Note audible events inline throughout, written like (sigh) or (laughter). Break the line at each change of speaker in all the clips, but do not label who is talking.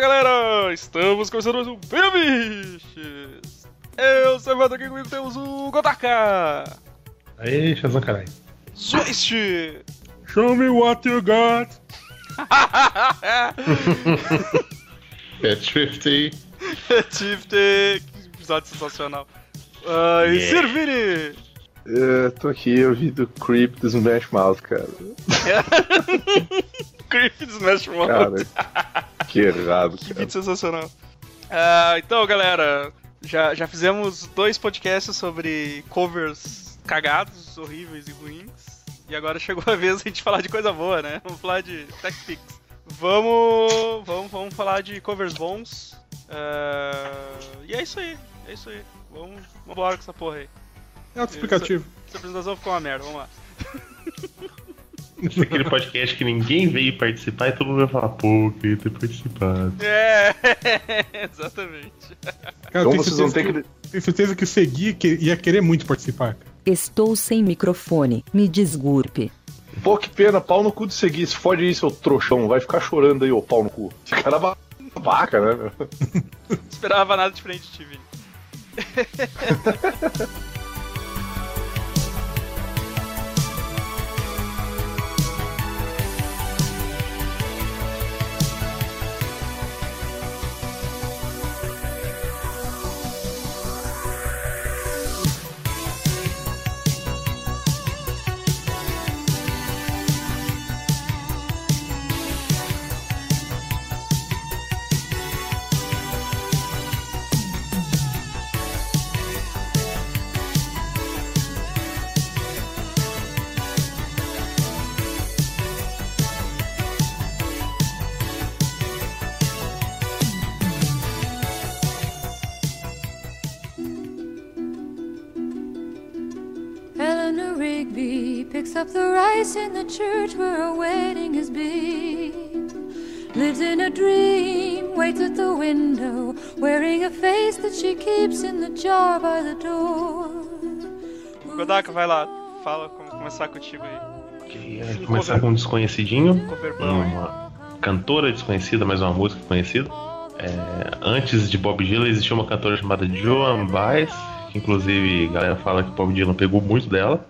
galera, estamos começando mais um Piramiches! Eu sou o Evandro, aqui comigo temos o Gotaka,
Aí, Shazam, caralho.
Zwist,
Show me what you got!
Catch 50.
Tifte, que episódio sensacional, Ah, e
Yeah.
Sirvini!
Eu É, tô aqui, eu vi do Creep do Smash Mouth, cara.
Creep do Smash Bros. (laughs)
Cara, que errado,
Que
cara.
vídeo sensacional. Ah, então, galera, já, já fizemos dois podcasts sobre covers cagados, horríveis e ruins. E agora chegou a vez de a gente falar de coisa boa, né? Vamos falar de TechPix. Vamos, vamos, vamos falar de covers bons. Ah, e é isso aí, é isso aí. Vamos, vamos embora com essa porra aí.
É autoexplicativo.
Essa apresentação ficou uma merda, vamos lá.
(laughs) Esse é aquele podcast que ninguém veio participar e todo mundo vai falar, pô, queria ter participado.
É, (laughs) exatamente.
Cara, eu
Então
tenho
vocês vão
certeza, que...
ter que.
tenho certeza que o Segui que- ia querer muito participar. cara.
Estou sem microfone, me desgurpe.
Pô, que pena, pau no cu de seguir. Se fode aí, seu trouxão. Vai ficar chorando aí, ô pau no cu. Esse cara é babaca, né, meu?
Não esperava nada diferente de ti, Vini.
Eleanor Rigby picks up the rice in the church where her wedding has been. Lives in a dream, waits at the window, wearing a face that she keeps in the jar by the door.
Godaka, vai lá. Fala, como começar contigo aí.
Queria começar com um desconhecidinho,
Cover bom, hein?
uma cantora desconhecida, mas uma música conhecida. É, antes de Bob Dylan existia uma cantora chamada Joan Baez, que inclusive a galera fala que Bob Dylan pegou muito dela.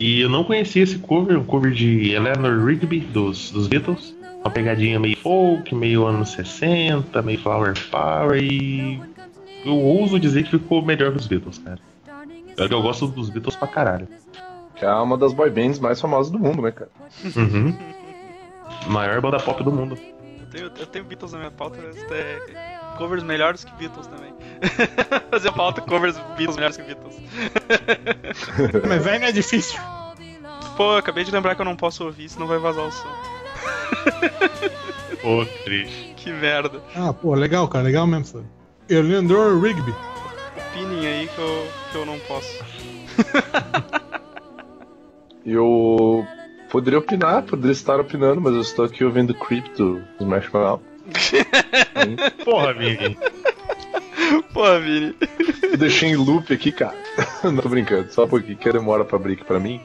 E eu não conhecia esse cover, um cover de Eleanor Rigby dos, dos Beatles. Uma pegadinha meio folk, meio anos 60, meio flower power e eu ouso dizer que ficou melhor que os Beatles, cara. Pior que eu gosto dos Beatles pra (laughs) caralho.
Que é uma das boy bands mais famosas do mundo, né, cara?
Uhum. Maior banda pop do mundo.
Eu tenho, eu tenho Beatles na minha pauta, mas é covers melhores que Beatles também. (laughs) Fazer pauta covers Beatles melhores que Beatles. (laughs)
Mas velho não é difícil.
Pô, acabei de lembrar que eu não posso ouvir, senão vai vazar o som.
Pô, triste.
Que merda.
Ah, pô, legal, cara, legal mesmo. Sabe? Eleanor Rigby.
Opinem aí que eu, que eu não posso. (laughs)
Eu poderia opinar, poderia estar opinando, mas eu estou aqui ouvindo Creep do Smash Mouth.
Porra, Vini.
Pô, Vini.
Eu deixei em loop aqui, cara. (laughs) Não tô brincando, só um pouquinho que demora pra abrir aqui pra mim.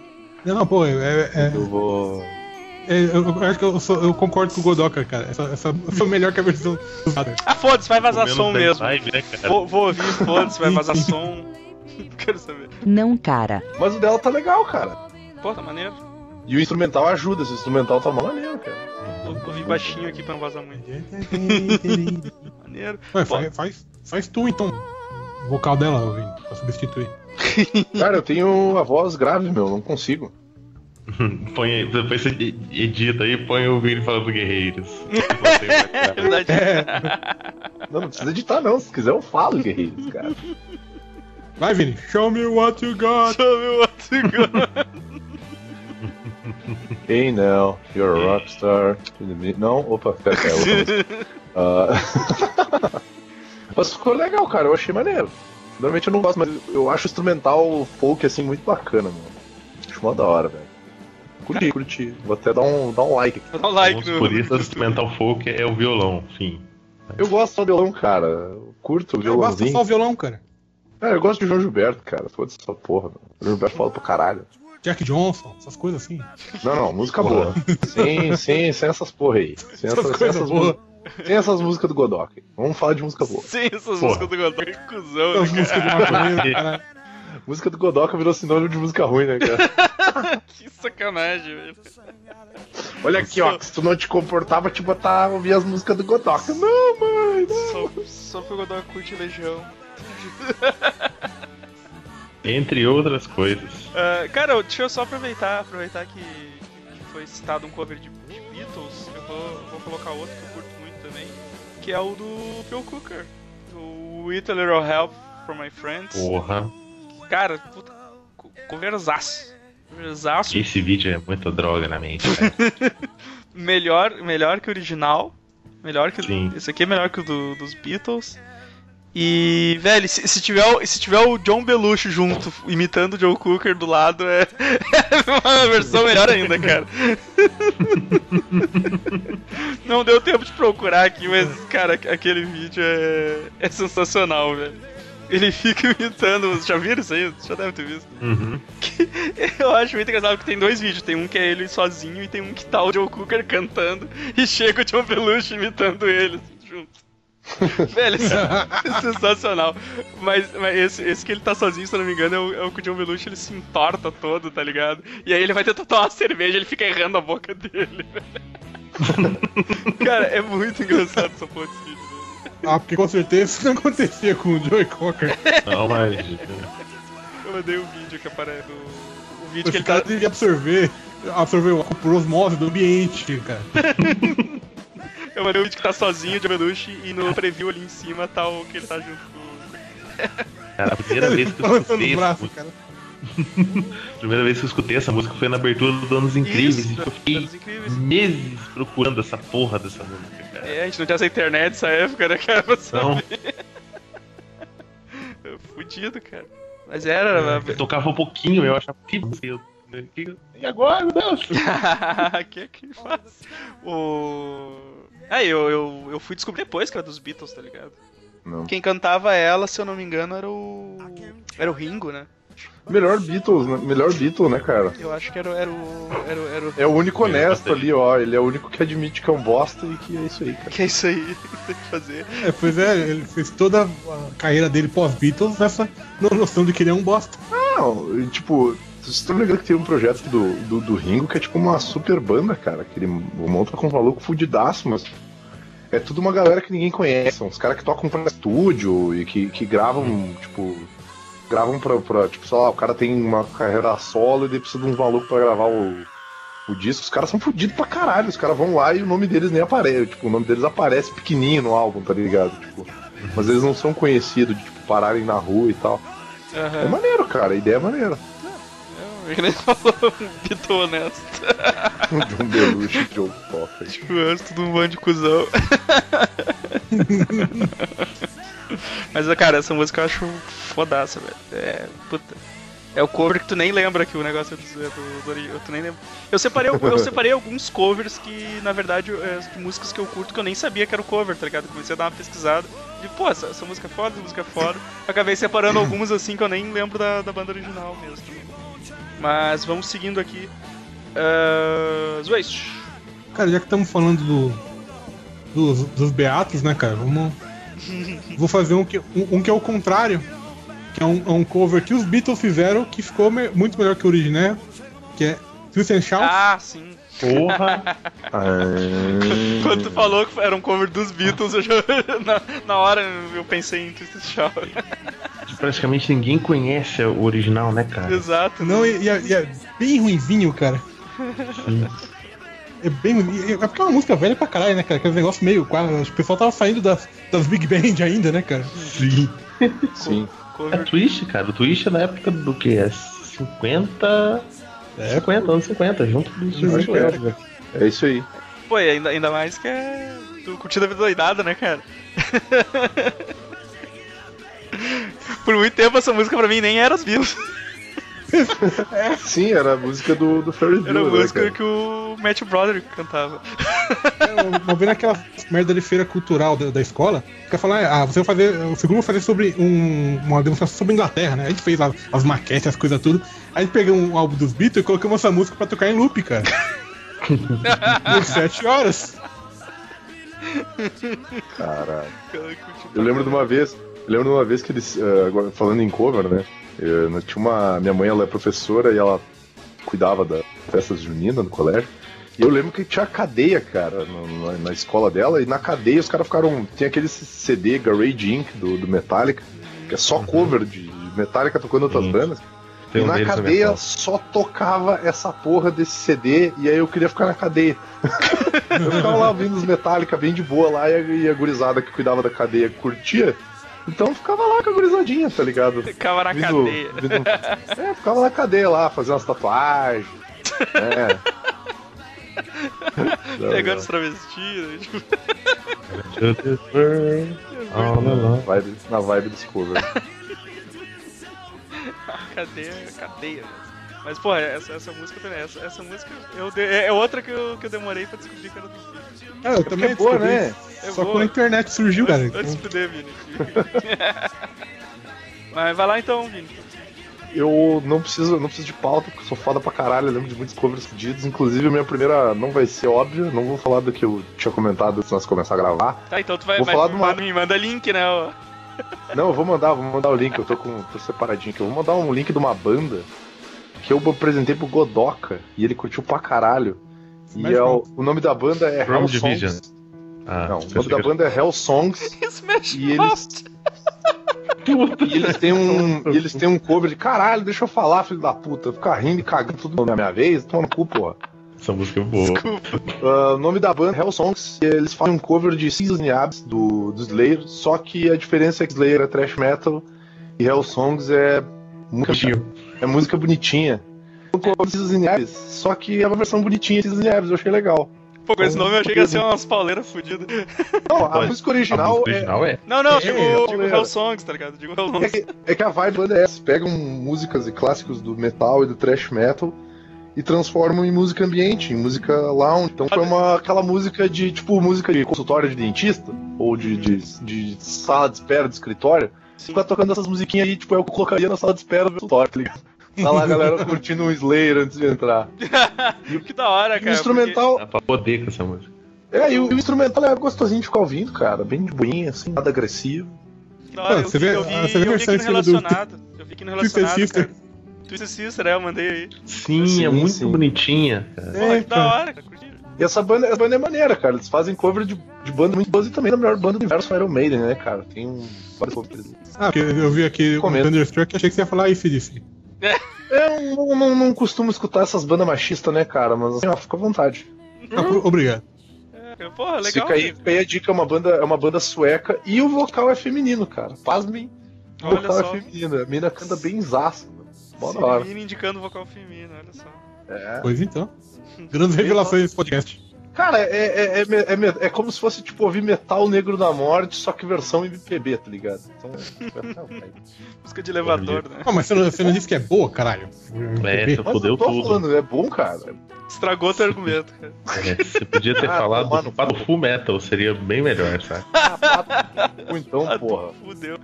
Não, pô, é, é-
Eu vou.
é- eu, eu acho que eu, sou- eu concordo com o Godoka, cara. Essa, essa foi melhor que a versão (laughs) usada.
Ah, foda-se, vai vazar
Comendo
som
bem
mesmo.
vibe, né, cara?
Vou, vou ouvir, foda-se, vai vazar som. (laughs) Não quero saber.
Não, cara.
Mas o dela tá legal, cara.
Pô, tá maneiro.
E o instrumental ajuda, esse instrumental tá mó maneiro, cara.
Vou ouvir baixinho aqui pra não vazar muito. Maneiro.
Ué, faz, faz, faz tu então. O vocal dela, ouvindo, pra substituir.
Cara, eu tenho a voz grave, meu, não consigo.
Põe aí, depois você edita aí, põe o Vini
(laughs)
falando guerreiros. Não tem mais
É (laughs)
cara.
verdade.
Não, não precisa editar, não. Se quiser, eu falo, guerreiros, cara.
Vai, Vini. Show me what you got.
Show me what you
(laughs)
got.
Hey, now, you're a rockstar. In the mi- Não, opa, pera, pera, outra música. Ah. (laughs) Mas ficou legal, cara, eu achei maneiro. Normalmente eu não gosto, mas eu acho o instrumental folk, assim, muito bacana, mano. Acho mó da hora, velho. Curti, curti. Vou até dar um, dar um like.
Dá um like
Alguns
no.
puristas, instrumental folk é o violão, enfim.
Eu gosto só do violão, cara. Eu curto o
Eu gosto só
violãozinho.
o violão, cara.
Cara, É, eu gosto de João Gilberto, cara. Foda-se essa porra, mano. João Gilberto fala pra caralho.
Jack Johnson, essas coisas assim.
Não, não, música boa. Sem, sem, sem essas porra aí. Sem essas,
Essas
sem
coisas
essas
boas.
mu- Tem essas músicas do Godok. Vamos falar de música boa.
Sim, essas
Porra.
músicas do Godot, que cuzão,
As
né,
músicas do
(laughs)
maconheiro, cara.
Música do Godok virou sinônimo de música ruim, né, cara?
cara? Que sacanagem, velho.
(laughs) Olha aqui, ó. Se tu não te comportar, vou te botar a ouvir as músicas do Godok. Não, mãe, não.
Só, só porque o Godot curte Legião.
Entre outras coisas.
Ah, cara, eu- deixa eu só aproveitar, aproveitar que, que foi citado um cover de, de Beatles. Eu vou, eu vou colocar outro que eu curto muito também, que é o do Phil Cooker. O With a Little Help from My Friends.
Porra,
Cara, puta, co- coverzaço. Coverzaço.
esse vídeo é muita droga na mente. cara.
melhor, melhor que o original. Melhor que
Sim.
Esse aqui é melhor que o do- dos Beatles. E, velho, se, se tiver, o- se tiver o John Belushi junto, imitando o Joe Cooker do lado, é, (laughs) é uma versão melhor ainda, cara. (laughs) Não deu tempo de procurar aqui, mas, cara, aquele vídeo é, é sensacional, velho. Ele fica imitando. vocês Já viram isso aí? Vocês Já deve ter visto.
Uhum.
(laughs) Eu acho muito engraçado que tem dois vídeos. Tem um que é ele sozinho e tem um que tá o Joe Cooker cantando (laughs) e chega o John Belushi imitando ele assim, junto. Velho, isso é (laughs) sensacional. Mas, mas esse, esse que ele tá sozinho, se eu não me engano, é o, é o que o John Belushi ele se entorta todo, tá ligado? E aí ele vai tentar tomar uma cerveja ele fica errando a boca dele. (laughs) velho. Cara, é muito engraçado essa porra desse vídeo. velho.
Ah, porque com certeza isso não acontecia com o Joey
É,
Cocker.
Não, mas.
Eu mandei o vídeo que aparece. O, o vídeo que
Esse
ele tá.
cara teve que absorver, absorver o álcool por osmose do ambiente, cara. (laughs)
Eu mandei o vídeo que tá sozinho, o John Belushi, e no preview ali em cima tá o que ele tá junto com.
Cara, a primeira vez que eu
Balançando
escutei
o
essa
braço,
música,
cara.
a primeira vez que eu escutei essa música foi na abertura do Anos Incríveis.
Isso,
e eu
Anos
fiquei
Incríveis.
meses procurando essa porra dessa música, cara.
É, a gente não tinha essa internet nessa época, né, cara? Você
Então,
é fudido, cara. Mas era. né?
eu tocava um pouquinho, eu achava que cedo. né? Que- E agora, meu Deus?
O (laughs) que é que faz? O. Ah, eu, eu, eu fui descobrir depois que era dos Beatles, tá ligado?
Não.
Quem cantava ela, se eu não me engano, era o. Era o Ringo, né?
Melhor Beatles, né? Melhor Beatles, né, cara?
Eu acho que era, o- era o. Era, o- era o. (laughs)
É o único
Melhor
honesto
Beatles.
ali, ó. Ele é o único que admite que é um bosta e que é isso aí, cara.
Que é isso aí, (laughs) tem que fazer.
É, pois é, ele fez toda a carreira dele pós-Beatles nessa no- noção de que ele é um bosta.
Não, e, tipo, vocês estão ligando que tem um projeto do, do, do Ringo que é tipo uma super banda, cara. Que ele monta com um maluco fudidaço, mas. É tudo uma galera que ninguém conhece. São os caras que tocam pra estúdio e que, que gravam, tipo. Gravam pra, pra. Tipo, sei lá, o cara tem uma carreira solo e daí precisa de uns malucos pra gravar o, o disco. Os caras são fudidos pra caralho. Os caras vão lá e o nome deles nem aparece. Tipo, o nome deles aparece pequenininho no álbum, tá ligado? Tipo, mas eles não são conhecidos, de, tipo, pararem na rua e tal. É
Aham.
maneiro, cara. A ideia é maneira.
É, que nem (laughs) falou um Beatle honesto.
(laughs) John Belushi, John Cocker.
Tipo, eu acho tudo um bando de cuzão. Mas, cara, essa música eu acho fodaça, velho. É, puta. É o cover que tu nem lembra que o negócio é do, é do, do ori- tu nem lembra. Eu separei, al- eu separei alguns covers que, na verdade, é, de músicas que eu curto que eu nem sabia que era o cover, tá ligado? Comecei a dar uma pesquisada. E, pô, essa, essa música é foda, essa música é foda. Acabei separando algumas assim que eu nem lembro da, da banda original mesmo. Mas vamos seguindo aqui. Uh, Zwaist.
Cara, já que estamos falando do- dos, dos Beatos, né,
(laughs)
cara? Vamos. Vou fazer um que, um, um que é o contrário. Que é um, é um cover que os Beatles fizeram que ficou me- muito melhor que o original. Que é Twist and Shout.
Ah, sim.
Porra!
Hum.
Quando tu falou que era um cover dos Beatles, eu já, (laughs) na, na hora eu pensei em Twisted
(laughs)
Shout.
Praticamente ninguém conhece o original, né, cara?
Exato.
Não, e, e é, e é bem ruinzinho, cara. É bem ruim. e- e- É porque é uma música velha pra caralho, né, cara? Aquele negócio meio quase. acho que O pessoal tava saindo das, das Big (laughs) Band ainda, né, cara?
Sim.
Sim.
É
Cover.
Twist, cara. O Twist é na época do que? É 50.
É.
50, anos 50, junto do
Acho que
Silvio
é. É isso aí.
Pô, e ainda, ainda mais que é. Tu curtindo a vida doidada, né, cara? (laughs) Por muito tempo essa música pra mim nem era os Beatles.
Sim, era a música do, do Ferris
Era a
Bueller,
música
né, cara.
que o Matt Broderick cantava. (laughs)
Eu- Uma vez naquela merda de feira cultural da, da escola, fica falando, ah, você vai fazer. O segundo vai fazer sobre um- uma demonstração sobre a Inglaterra, né? A gente fez a- as maquetes, as coisas tudo. Aí pegamos um álbum dos Beatles e colocamos essa música pra tocar em loop, cara. Por sete horas.
Caralho.
Cara, curti
Eu lembro de uma vez, eu lembro de uma vez que eles, eh, agora falando em cover, né? eu- eu tinha uma, minha mãe ela é professora e ela cuidava da festa junina no colégio. E eu lembro que tinha cadeia, cara, no- na, na escola dela. E na cadeia os caras ficaram. Tem aquele CD Garage Inc. do, do Metallica, que é só cover de Metallica tocando outras
Uhum. Sim.
bandas.
Tem
e
um
na
deles
cadeia
na minha
só tocava essa porra desse CD e aí eu queria ficar na cadeia. eu ficava lá ouvindo os Metallica bem de boa lá e a, e a gurizada que cuidava da cadeia curtia. Então eu ficava lá com a gurizadinha, tá ligado?
Ficava na
Vindo-
cadeia.
vindo- É, ficava na cadeia lá, fazendo umas tatuagens.
(laughs)
É.
Pegando os travestis, né? tipo,
To this world, all alone.
Vibe- na vibe desse cover.
cadeia, cadeia. né? Mas, porra, essa, essa música também. Essa, essa música eu de- é é outra que eu, que eu demorei pra descobrir que era dos Beatles.
Cara, eu também
é boa,
descobri
né?
É
Só
boa.
quando a internet surgiu, cara. Então,
Antes- Antes do Vini. (laughs) Mas vai lá então, Vini.
Eu não preciso, não preciso de pauta, porque eu sou foda pra caralho, eu lembro de muitos covers pedidos. Inclusive, a minha primeira não vai ser óbvia, não vou falar do que eu tinha comentado antes de nós começar a gravar.
Tá, então tu vai,
Vou
vai
falar de uma-
manda- me manda link, né? ó.
Não, eu vou mandar, vou mandar o link, eu tô com. tô separadinho aqui. Eu vou mandar um link de uma banda que eu apresentei pro Godoka e ele curtiu pra caralho. E
Smash
é o, o nome da banda é
From
Hell
Division.
Songs.
Ah,
Não, o
pensei
nome da
que-
banda é Hell Songs.
Smash
E
Mouth.
eles. e eles têm um. e eles têm um cover de caralho, deixa eu falar, filho da puta. Ficar rindo e cagando tudo na minha vez, toma no cu, porra.
Essa música é boa.
Ah, o nome da banda é Hell Songs, e eles fazem um cover de Season Abs do, do Slayer, só que a diferença é que Slayer é thrash metal e Hell Songs é música, é música bonitinha. Um cover de Season Abs, só que é uma versão bonitinha de Season Abs, eu achei legal.
Pô, com esse nome eu achei que ia ser umas pauleiras fodidas.
Não, a
Olha,
música
A
original,
música
é,
original é.
Não, não,
É,
digo,
é
digo
pauleira.
Hell Songs, tá ligado? Digo Hell
é
Songs.
que, é que a vibe da banda é essa, pegam músicas e clássicos do metal e do thrash metal e transformam em música ambiente, em música lounge. Então foi uma, aquela música de, tipo, música de consultório de dentista, ou de, de, de sala de espera de escritório. Ficar tocando essas musiquinhas aí, tipo, eu colocaria na sala de espera do consultório, tá ligado? Tá lá a galera curtindo um Slayer antes de entrar.
que da hora,
E
É, cara.
o instrumental,
Dá pra poder com essa música.
é, e o, e o instrumental é gostosinho de ficar ouvindo, cara, bem de boinha, assim, nada agressivo.
porque da hora,
Ah,
eu,
você
vi-
vê-
eu vi,
ah, você vê
eu
a
vi aqui
versão
no
em cima do-
relacionado. Eu vi aqui no
Twister
relacionado,
Sister.
cara. Twister Sister, é, eu mandei aí.
Sim,
Sim,
é muito
sim.
bonitinha, cara.
Porra, que tá da
cara.
hora, cara. curti.
E essa banda, essa banda é maneira, cara. Eles fazem cover de, de banda muito boas e também da melhor banda do universo Iron Maiden, né, cara? Tem um. vários covers.
Ah, porque eu vi aqui o
Comenta.
Thunderstruck e achei que você ia falar isso disse.
Eu não, não, não costumo escutar essas bandas machistas, né, cara? Mas assim, ó, fica à vontade.
Ah, pro- Obrigado.
É, Porra, legal.
Fica aí,
cara.
fica aí a dica, é uma banda, é uma banda sueca e o vocal é feminino, cara. Pasmem, o
Olha
vocal
só.
é feminino. A mina canta bem zaço, mano. Mó da hora.
Feminino indicando vocal feminino, olha só.
É.
Pois então. Grandes revelações desse podcast.
Cara, é, é, é, me- é, me- é como se fosse tipo ouvir Metal Negro da Morte, só que versão MPB, tá ligado? Então, é,
Música de elevador, né?
Ah, mas você não, você não disse que é boa, caralho?
É, você
mas
fodeu
eu tô
tudo.
falando, é bom, cara.
Estragou teu argumento, cara.
É, você podia ter
Ah,
falado
tomar no
do Pato Full Metal, seria bem melhor, sabe? (laughs)
Ou então,
Ah, tu
porra.
Fudeu.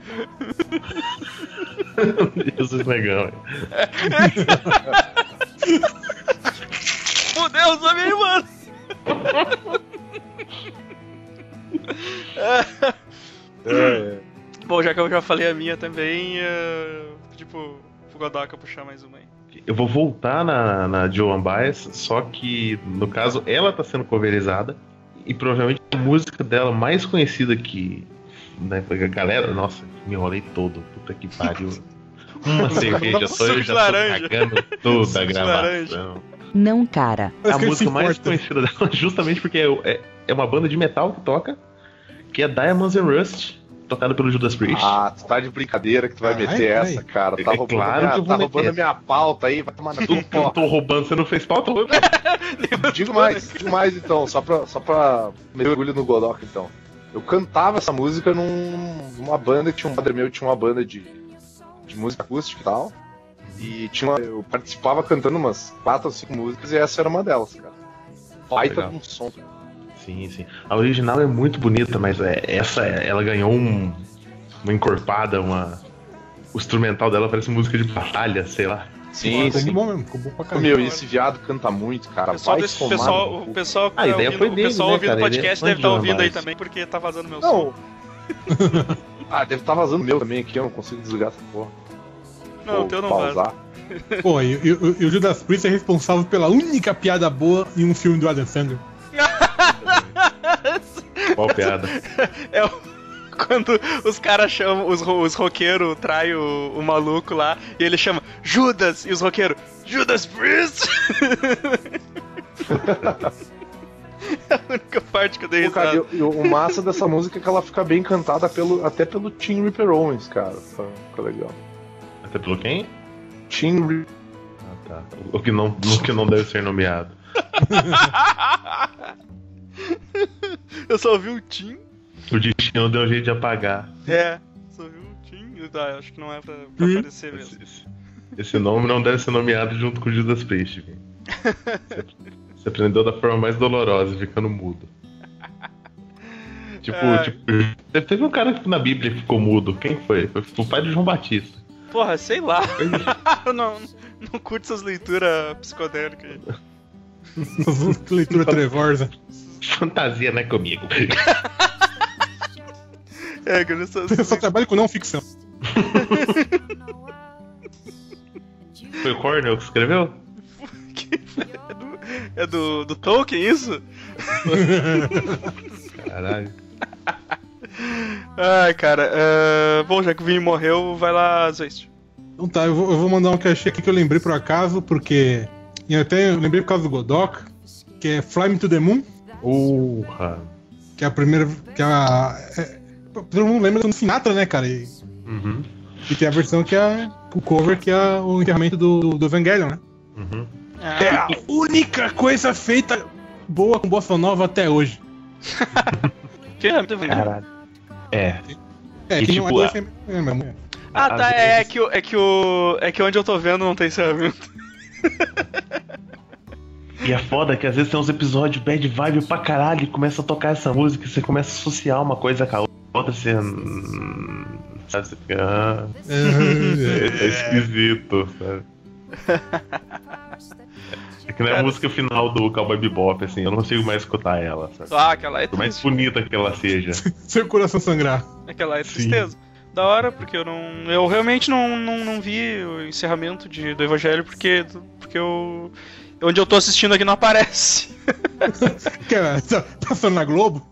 Jesus Negão. é.
Fudeu, também, mano.
É,
Bom, já que eu já falei a minha também, eh, tipo, pro Godoka puxar mais uma aí.
Eu vou voltar na, na Joan Baez, só que no caso ela tá sendo coverizada e provavelmente a música dela mais conhecida que. Né, porque a galera, nossa, me enrolei todo, puta que
(laughs)
pariu. Uma cerveja só,
Suco
eu
de
já tô
laranja.
cagando toda a
Suco de laranja.
gravação.
Não, cara.
Mas
a
quem se
música mais
importa?
conhecida dela, (laughs) justamente porque é, é, é uma banda de metal que toca, que é Diamonds and Rust, tocada pelo Judas Priest.
Ah, tu tá de brincadeira que tu vai
Ai,
meter
ai.
essa, cara. Tá
É
roubando,
claro
minha,
que eu vou
tá
meter.
roubando minha pauta aí, vai tomar na
Tudo que eu
tua
tô roubando, você não fez pauta, eu roubei.
Digo mais, digo mais então, só pra, só pra meter orgulho no Godok então. Eu cantava essa música num- numa banda que tinha um brother meu, tinha uma banda de, de música acústica e tal. E tinha uma- eu participava cantando umas quatro ou cinco músicas e essa era uma delas, cara. Baita
Legal.
de um som.
Sim, sim. A original é muito bonita, mas é, essa ela ganhou um- uma encorpada, uma. O instrumental dela parece música de batalha, sei lá.
Sim,
Ficou
sim.
bom mesmo, ficou bom pra caramba.
Meu, e esse viado canta muito, cara.
É O pessoal,
Vai
desse-
tomar
pessoal-
Tá no cu. Ah,
o pessoal que
A
tá
ideia
ouvindo,
foi
o
dele,
pessoal
né,
ouvindo o
cara? Ele é
podcast
fã
deve
de
estar ouvindo aí
Jornais.
também, porque tá vazando meu som. (laughs)
Não. ah, deve estar vazando meu também aqui, eu não consigo desligar essa porra.
Não, o
Vou
teu não vaza.
pausar.
Pô, e, e- e- e o Judas Priest é responsável pela única piada boa em um filme do Adam Sandler. (laughs)
Qual piada?
É o- Quando os caras chamam, os, ro- os roqueiros traem o, o maluco lá, e ele chama Judas, e os roqueiros, Judas Priest! (laughs) é a única parte que eu dei
Pô, cara,
risada.
eu- eu- o massa dessa música é que ela fica bem cantada pelo, até pelo Tim Ripper Owens, cara. Tá- Fica legal.
Até pelo quem?
Tim Ripper.
Ah, tá. O que não, o que não deve ser nomeado.
Eu só ouvi o Tim.
O destino deu um jeito de apagar.
É, só ouvi o Tim. Tá, acho que não é pra, pra
Hum.
aparecer mesmo.
Esse, esse- esse nome não deve ser nomeado junto com o Judas Priest, Vini. Você, você aprendeu da forma mais dolorosa, ficando mudo. Tipo,
Ai.
tipo, teve um cara que na Bíblia que ficou mudo. Quem foi? Foi o pai de João Batista.
Porra, sei lá. (laughs) Eu não, não curto essas leituras psicodélicas. aí.
Leitura trevosa.
Fantasia não
(laughs)
é comigo.
É, que eu não sou-
Eu
(laughs)
só trabalho com não ficção.
Foi o Cornel que escreveu?
É do, é do, do Tolkien isso?
Caralho.
Ai, cara. é, Bom, já que o Vini morreu, vai lá, Zwist.
Então tá, eu vou, eu vou mandar um que eu achei aqui que eu lembrei por acaso, porque. E até eu lembrei por causa do Godok, que é Fly Me to the Moon,
Porra.
que é a primeira. que é a. é- todo mundo lembra do Sinatra, né, cara? E,
Uhum.
e tem a versão que é. o cover que é o encerramento do, do Evangelion, né?
Uhum.
É a única coisa feita boa com Bossa Nova até hoje.
Quem é? Muito bem.
É.
É,
E
quem não
tipo,
é doce é- é mesmo. é.
Ah,
às
tá. É, é
vezes-
que, o- é, que o, é que onde eu tô vendo não tem encerramento. (laughs)
E é foda que às vezes tem uns episódios bad vibe pra caralho e começa a tocar essa música e você começa a associar uma coisa com a outra. Você. hum, Sabe? Você fica. ah,
É,
É, é esquisito, sabe? É que não é a
Cara.
música final do Cowboy Bebop, assim, eu não consigo mais escutar ela, sabe?
Ah, aquela é
Por mais
triste.
bonita que
(laughs)
ela seja.
é. (laughs) Seu coração sangrar.
Aquela é
Sim.
tristeza. Da hora, porque eu não. Eu realmente não, não, não vi o encerramento de, do Evangelho, porque, porque eu. Onde eu tô assistindo aqui não aparece.
Que é, tá passando na Globo?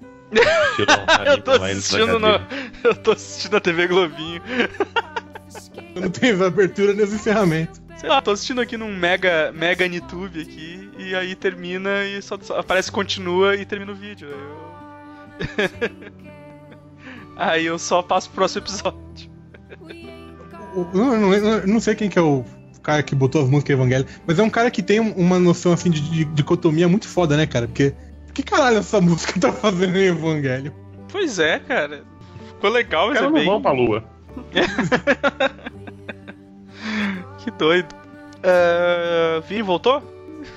Tirou um
(laughs) Eu tô
carinho lá, eles
assistindo no, (laughs)
agradecem.
Eu tô assistindo a TV Globinho.
Eu não tenho abertura nem os encerramentos.
Sei lá, tô assistindo aqui num mega, mega Nitube aqui, e aí termina e só, só aparece continua e termina o vídeo. Aí eu... aí eu (laughs) só passo pro próximo episódio.
O- Eu não, eu não- eu não sei quem que é o cara que botou as músicas evangélicas, mas é um cara que tem um- uma noção assim de, de- dicotomia muito foda, né, cara? Porque. Que caralho essa (laughs) música tá fazendo em Evangelho?
Pois é, cara. Ficou legal, mas
Os caras
é
não
bem.
vão pra lua.
Que doido. Uh, Vini, voltou?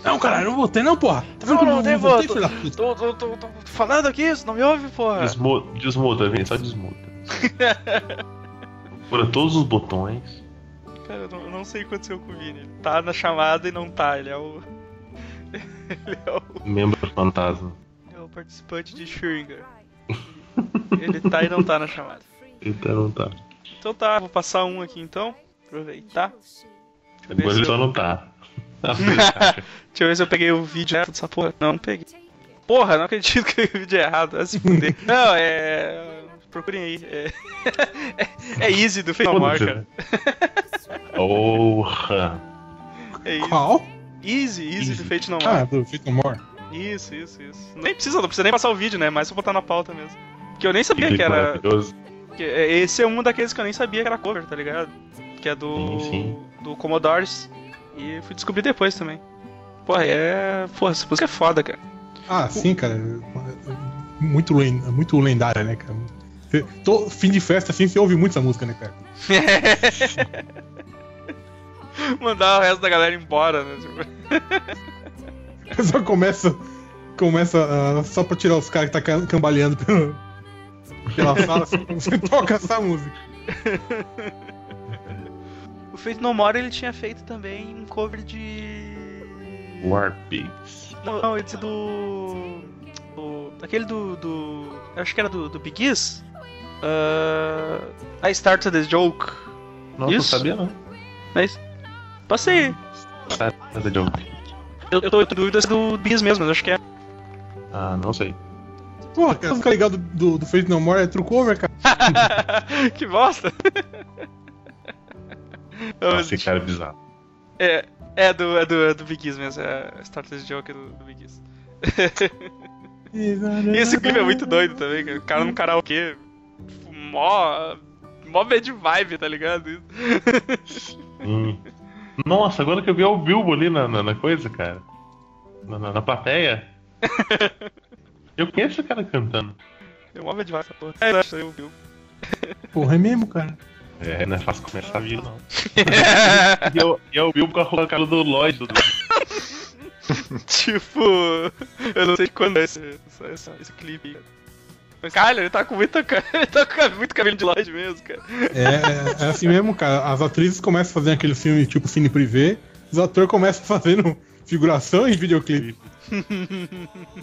Não, cara, eu não voltei, não, porra. Tá
Não,
vendo que eu
não, tem
voltei,
voto.
filho da puta?
Tô, tô, tô, tô falando aqui, isso não me ouve, porra.
Desmu- Desmuta, Vini,
(laughs)
só desmuta. Fura todos os botões.
Cara, eu não, eu não sei o que aconteceu com o Vini. Ele Tá na chamada e não tá. Ele é o. (laughs) Ele é o.
Membro fantasma.
É o participante de Schringer. Ele tá e não tá na chamada.
Então não tá.
Então tá, vou passar um aqui então. Aproveitar. Deixa eu ver,
Agora
se
ele
eu...
só não tá. (laughs)
(laughs)
Deixa
Deixa eu ver se eu peguei o vídeo certo dessa porra. Não, não peguei. Porra, não acredito que eu peguei o vídeo errado. Vai se fuder. Não, é. Procurem aí. É, (laughs) é Easy do Feito Amor, cara.
Porra!
É Easy.
Qual?
Easy, Easy do
Easy.
Fate No More.
Ah, do Feito More.
Isso, isso, isso. Nem precisa, não precisa nem passar o vídeo, né? Mas só botar na pauta mesmo. Porque eu nem
Que
sabia que
clipe
era.
maravilhoso.
Que é- Esse é um daqueles que eu nem sabia que era cover, tá ligado? Que é do.
Sim, sim.
do Commodores. E fui descobrir depois também. Porra, é. Porra, essa música é foda, cara.
Ah, sim, cara. Muito, len- muito lendária, né, cara? Cê- Tô, fim de festa, assim, você ouve muito essa música, né, cara?
(laughs)
(laughs)
Mandar o resto da galera embora, né? Tipo,
Só começa. Começa ah, só pra tirar os caras que tá ca- cambaleando pelo- (laughs) pela sala, você toca essa música.
O Feito No More ele tinha feito também um cover de.
War Pigs.
Não, não, esse do. do- aquele do. do eu acho que era do, do Big Giz. Ah, I Started the Joke.
Nossa,
Isso.
não sabia não.
Mas. Passei.
Essa é de ouvir.
Eu, eu tô em dúvida se é do Big Giz mesmo, mas eu acho que é.
Ah, não sei.
Porra, cara, fica legal do, do, do Faith No More é true cover, cara.
(laughs) que
(laughs)
bosta! Não, mas-
Nossa, esse cara é bizarro.
é, é do, é do, é do Big Giz mesmo, é a Started the Joke é do, do Big Giz. E (laughs) esse clipe é muito doido também, cara. O cara num karaokê, tipo, mó. mó bad vibe, tá ligado? (laughs)
Hum. Nossa, agora que eu vi é o Bilbo ali na, na, na coisa, cara. Na, na,
(laughs)
na plateia. eu conheço o cara cantando.
É mó bad vibe essa porra. É, isso aí, o Bill.
Porra, é mesmo, cara.
É, não é fácil começar a vida,
(laughs)
não. e, eu, e eu vi o carro a cara do Lloyd. (laughs) Do...
(laughs) tipo, eu não sei quando é esse, essa- essa- esse clipe. Mas, Caralho, ele tá com muita ca- (laughs) ele tá com muito cabelo de Lloyd mesmo, cara.
É, é, é assim mesmo, cara. As atrizes começam fazendo aquele filme tipo cine privê, os atores começam (laughs) fazendo figuração e videoclipe.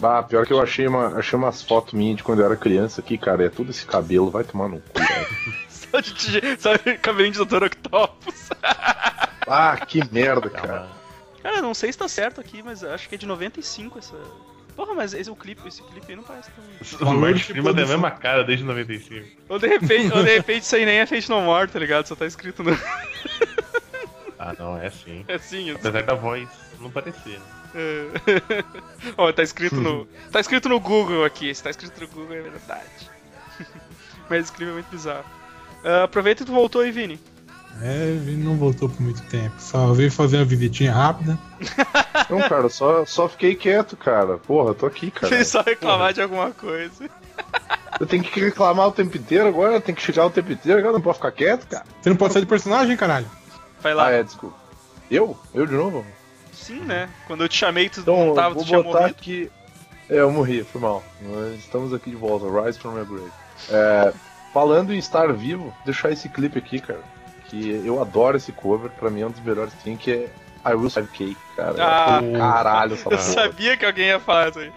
Bah, Ah, pior que eu achei, uma, achei umas fotos minhas de quando eu era criança aqui, cara. É tudo esse cabelo, vai tomar no cu, cara.
Só de tige- só de cabelinho de Dr. Octopus.
Ah, que
(laughs)
merda, cara.
Cara, não sei se tá certo aqui, mas eu acho que é de 95 essa. Porra, mas esse, o clipe, esse clipe aí não parece tão.
O Lloyd Prima tem a mesma cara desde 95.
Ou de repente, ou de repente isso aí nem é Fate No More, tá ligado? Só tá escrito no. (laughs)
Ah, não, é sim.
É assim, assim.
Apesar da voz não parecer. né?
É. (laughs) Ó, tá escrito no. Tá escrito no Google aqui. Se tá escrito no Google é verdade. (laughs) Mas esse clipe é muito bizarro. Ah, aproveita e tu voltou aí, Vini.
É, ele não voltou por muito tempo. Só veio fazer uma visitinha rápida.
Não, cara, eu só, só fiquei quieto, cara. Porra, eu tô aqui, cara.
Fez só reclamar de alguma coisa.
Eu tenho que reclamar o tempo inteiro agora, tem que xingar o tempo inteiro agora, não pode ficar quieto, cara.
Você não pode sair de personagem, caralho.
Vai lá.
Ah, é, desculpa. Eu? Eu de novo?
Sim, né? Quando eu te chamei, tu
Então,
não
eu
tava,
vou
tu tinha
botar
morrido.
aqui. É, eu morri, foi mal. Mas estamos aqui de volta, Rise from your grave. É, falando em estar vivo, vou deixar esse clipe aqui, cara. Que eu adoro esse cover, pra mim é um dos melhores que tem, que é I Will Survive Cake, cara.
Ah,
Eu acho do caralho, essa
Eu
porra.
sabia que alguém ia falar isso aí.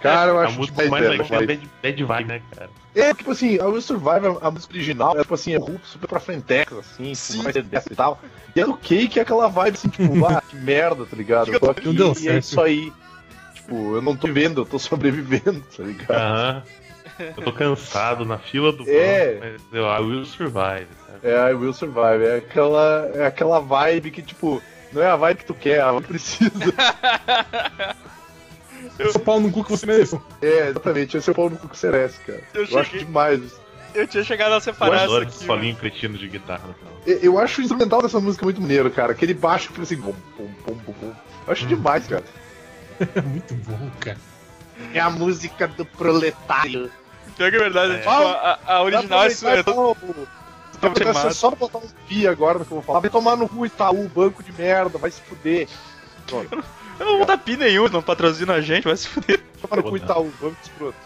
Cara, eu
A
acho
música
demais,
mais
velho,
legal
vai.
é Bad, bad Vibe, né, cara?
É, tipo assim, a Will Survive, a- a música original, é tipo assim, é roupa super pra frentex, assim,
Sim.
mais dessa e tal. E a do Cake é aquela vibe assim, (laughs) tipo, ah, que merda, tá ligado? Eu tô aqui
Não deu
e é
certo.
isso aí. Tipo, eu não tô vendo, eu tô sobrevivendo, tá ligado?
Aham. Eu tô cansado na fila do
É.
banco, mas eu, I will survive. sabe?
É a I Will Survive, é aquela, é aquela vibe que, tipo, não é a vibe que tu quer, é a vibe que (laughs) precisa.
Seu pau no cu que você mereceu.
é, exatamente, esse é o pau no cu que você merece, cara.
Eu
Eu, acho
cheguei.
demais isso.
Eu tinha chegado a
Eu
separar isso
adoro esse
aqui. mano.
solinho cretino de guitarra então. no final.
E- Eu acho o instrumental dessa música muito maneiro, cara. Aquele baixo que fica assim, bum, bum, bum, bum, bum. Eu acho demais, cara.
É muito bom, cara.
É a música do proletário.
Pior que é verdade,
É.
tipo, a, a original isso é todo
é só botar um pi agora que eu vou falar. Vai tomar no cu, Itaú, banco de merda, vai se fuder. Mano,
Eu não vou dar pi nenhum, não patrocina a gente, vai se fuder.
toma no cu,
Vou não.
Itaú, banco de escroto.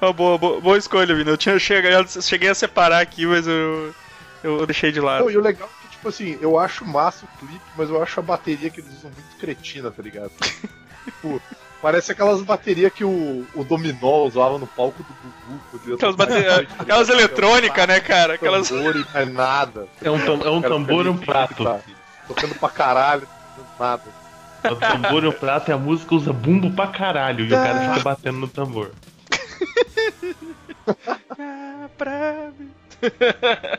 É uma boa, boa, boa escolha, Vini. Eu tinha chegado, cheguei a separar aqui, mas eu, eu deixei de lado.
Não, e o legal é que, tipo assim, eu acho massa o clipe, mas eu acho a bateria que eles usam muito cretina, tá ligado? (laughs) tipo, parece aquelas baterias que o, o Dominó usava no palco do Gugu. quando
Aquelas,
ele-
bate- é, aquelas eletrônicas, né, cara? Aquelas.
Tambor e mais nada.
É um, tam- é um
Cara,
tambor e um
fica
prato.
ligado, tá? Tocando pra caralho, não nada.
É O tambor e o prato e a música usa bumbo pra caralho. E o
Tá.
cara fica batendo no tambor.
Ah, pra mim. (laughs)